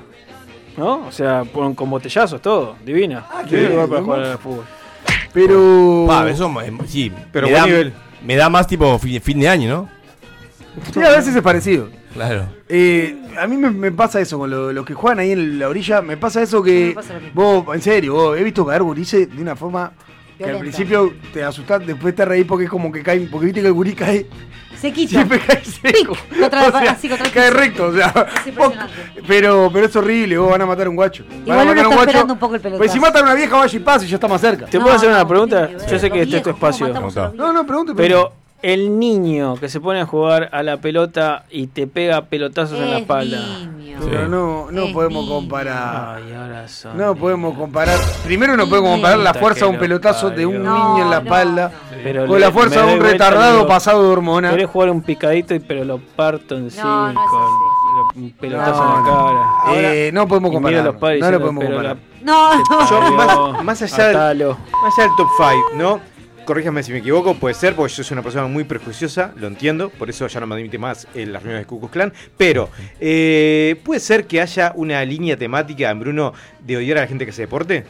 D: ¿No? O sea, con, con botellazos, todo. Divina.
C: Ah, qué
D: Divino lugar
C: bien,
D: para
C: hermoso.
D: jugar al fútbol.
C: Pero.
F: Pa, eso, eh, sí,
E: Pero
F: me
E: buen
F: da,
E: nivel.
F: Me da más tipo fin, fin de año, ¿no?
C: Sí, a veces es parecido.
F: Claro.
C: Eh, a mí me, me pasa eso con lo- los que juegan ahí en la orilla. Me pasa eso que.
B: Me pasa lo
C: vos, en serio, vos, he visto caer gurises de una forma que al
B: Violenta.
C: principio te asustás, después te reís porque es como que caen. Porque viste que el gurí cae.
B: Se quita.
C: Siempre cae seco.
B: Contra la-
C: O sea,
B: así, contra el
C: cae
B: piso.
C: recto, o sea.
B: Es impresionante.
C: Pero, pero es horrible, vos van a matar a un guacho. Van a
B: Igual uno
C: matar a
B: está
C: un guacho.
B: esperando un poco el pelotazo.
C: Pues si matan a una vieja, vaya y pasa y ya está más cerca.
D: ¿Te puedo hacer una pregunta? Yo sé que este es tu espacio.
C: No, no, pregunte.
D: Pero el niño que se pone a jugar a la pelota y te pega pelotazos en la espalda.
C: Pero
D: Sí.
C: no, no podemos comparar. No podemos comparar. Primero no
D: Ni
C: podemos comparar la
D: puta
C: fuerza de
D: que
C: un
D: lo
C: pelotazo de un niño en la espalda
D: Pero
C: con
D: le-
C: la fuerza
D: me
C: de
D: doy
C: un
D: vuelta y
C: retardado
D: digo,
C: pasado de hormona.
D: Querés jugar un picadito y pero lo parto en cinco.
B: no es
D: lo- Un pelotazo
C: No,
D: en la
C: no.
D: cara.
C: Ahora- Eh, no podemos
D: y miro a los
C: compararlo,
D: padres
C: no lo
D: diciendo,
C: podemos
D: pero
C: comparar.
D: la-
B: No, no.
E: Yo,
D: Pero-
E: más, más allá del,
D: Atalo.
E: más allá del top 5, ¿no? Corríjame si me equivoco, puede ser, porque yo soy una persona muy prejuiciosa, lo entiendo, por eso ya no me admite más en las reuniones de Cucus Clan. Pero, eh, ¿puede ser que haya una línea temática en Bruno de odiar a la gente que hace deporte?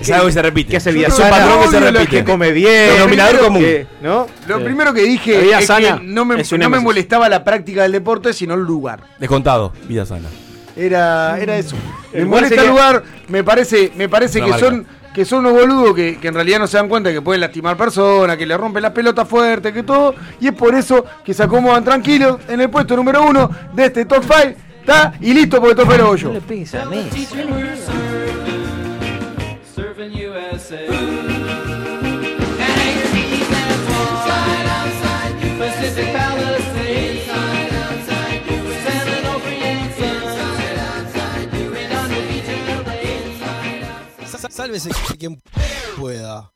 F: Es algo que se repite.
E: Que hace
F: Yo
E: vida
F: creo que
E: sana,
F: es algo que se
E: obvio, lo
F: repite.
E: que come bien,
F: Denominador
E: lo
F: común.
E: que- ¿no?
C: Lo
E: Sí.
C: primero que
E: La
C: dije
E: vida
C: es
E: sana
C: que no me,
E: es un
C: no me
E: énfasis.
C: molestaba la práctica del deporte, sino el lugar.
F: Descontado, vida sana.
C: Era, era eso.
E: El
C: Me
E: lugar
C: molesta
E: sería-
C: el lugar, me parece, me parece
F: Una
C: que
F: marca.
C: son que son unos boludos que, que en realidad no se dan cuenta que pueden lastimar personas, que le rompen las pelotas fuertes, que todo, y es por eso que se acomodan tranquilos en el puesto número uno de este top 5, ¿está? Y listo porque top 5 lo hago yo.
D: No le pegues a mí.
Q: Serving USA. Pacific Palisades. San Onofre
H: Sa- Sálvese quien pueda.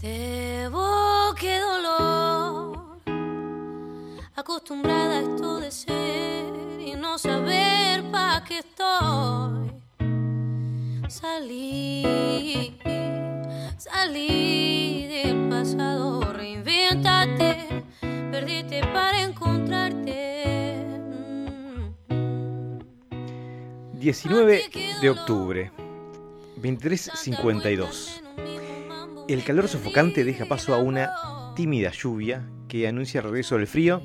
S: Te voy saber pa' qué estoy. Salí, salí del pasado, reinventate, perdiste para encontrarte.
E: 19 de octubre, 23.52. El calor sofocante deja paso a una tímida lluvia que anuncia el regreso del frío,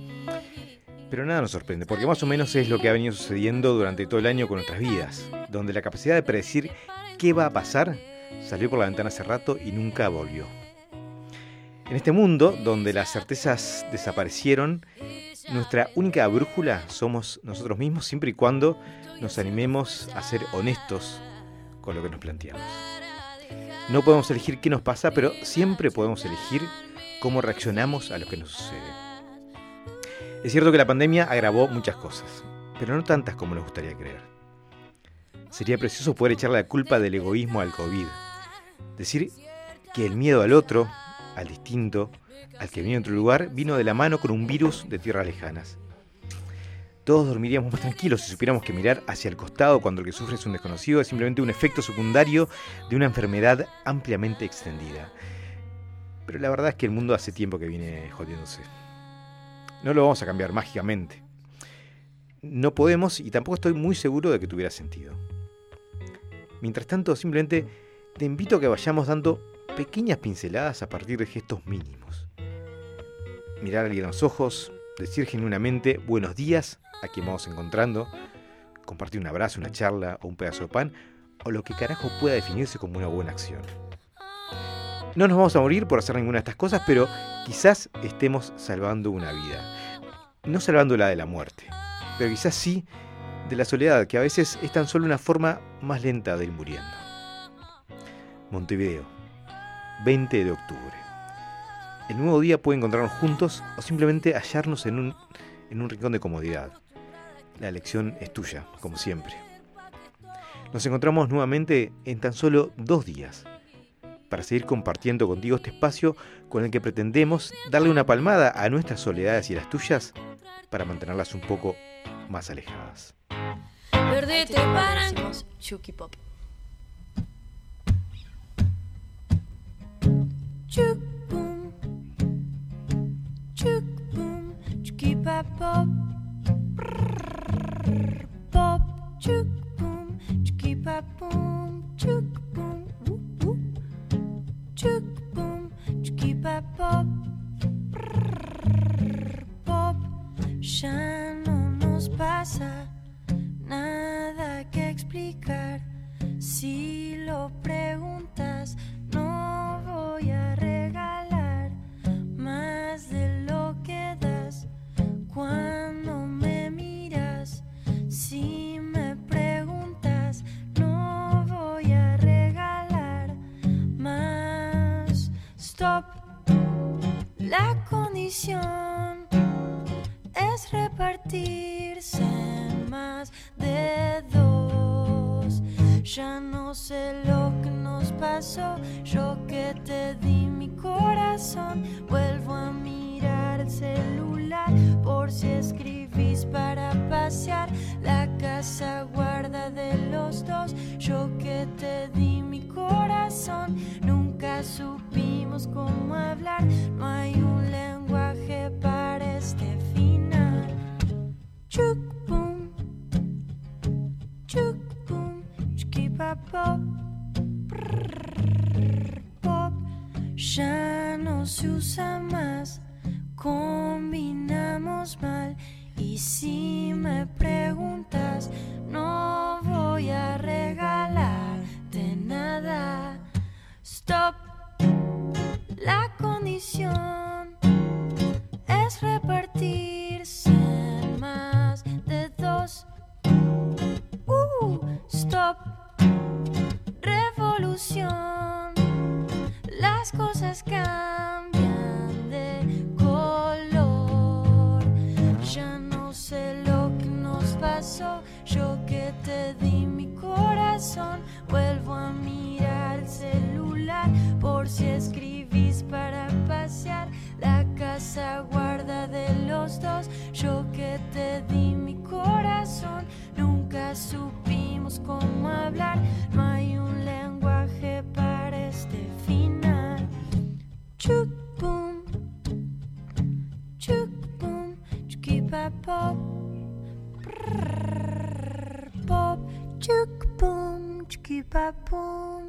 E: pero nada nos sorprende, porque más o menos es lo que ha venido sucediendo durante todo el año con nuestras vidas, donde la capacidad de predecir qué va a pasar salió por la ventana hace rato y nunca volvió. En este mundo, donde las certezas desaparecieron, nuestra única brújula somos nosotros mismos siempre y cuando nos animemos a ser honestos con lo que nos planteamos. No podemos elegir qué nos pasa, pero siempre podemos elegir cómo reaccionamos a lo que nos sucede. Es cierto que la pandemia agravó muchas cosas, pero no tantas como nos gustaría creer. Sería precioso poder echar la culpa del egoísmo al COVID. Decir que el miedo al otro, al distinto, al que vino de otro lugar, vino de la mano con un virus de tierras lejanas. Todos dormiríamos más tranquilos si supiéramos que mirar hacia el costado cuando el que sufre es un desconocido es simplemente un efecto secundario de una enfermedad ampliamente extendida. Pero la verdad es que el mundo hace tiempo que viene jodiéndose. No lo vamos a cambiar mágicamente. No podemos y tampoco estoy muy seguro de que tuviera sentido. Mientras tanto, simplemente te invito a que vayamos dando pequeñas pinceladas a partir de gestos mínimos. Mirar a alguien a los ojos, decir genuinamente buenos días a quien vamos encontrando, compartir un abrazo, una charla o un pedazo de pan, o lo que carajo pueda definirse como una buena acción. No nos vamos a morir por hacer ninguna de estas cosas, pero quizás estemos salvando una vida. No salvándola de la muerte, pero quizás sí de la soledad, que a veces es tan solo una forma más lenta de ir muriendo. Montevideo, 20 de octubre. El nuevo día puede encontrarnos juntos o simplemente hallarnos en un, en un rincón de comodidad. La elección es tuya, como siempre. Nos encontramos nuevamente en tan solo dos días para seguir compartiendo contigo este espacio con el que pretendemos darle una palmada a nuestras soledades y las tuyas para mantenerlas un poco más alejadas.
S: Perdiste para
A: Hacemos Chucky Pop.
S: Chuk boom, chuk boom, chuki pop pop, Prrr, pop chuk boom, chuki pop boom, chuk boom, whoop whoop, chuk boom, chuki pop pop, Prrr, pop. Ya no nos pasa nada que explicar. Si lo preguntas, no voy a regalar más de lo que das cuando me miras. Si me preguntas, no voy a regalar más. Stop. La condición es repartirse más de dos. Ya no sé lo que nos pasó, yo que te di mi corazón. Vuelvo a mirar el celular por si escribís para pasear. La casa guarda de los dos, yo que te di mi corazón. Nunca supimos cómo hablar, no hay un lenguaje para este final. Chuk boom, chuk boom, chuki pop pop, Prrr, pop. Ya no se usa más, combinamos mal. Y si me preguntas, no voy a regalarte nada. Stop. La condición es repartirse en más de dos. Uh, stop. Revolución. Las cosas cambian de color. Ya no sé lo que nos pasó. Yo que te di mi corazón. Vuelvo a mirar el celular por si escribís para pasear. La casa guarda de los dos. Yo que te di mi corazón. este pa pum.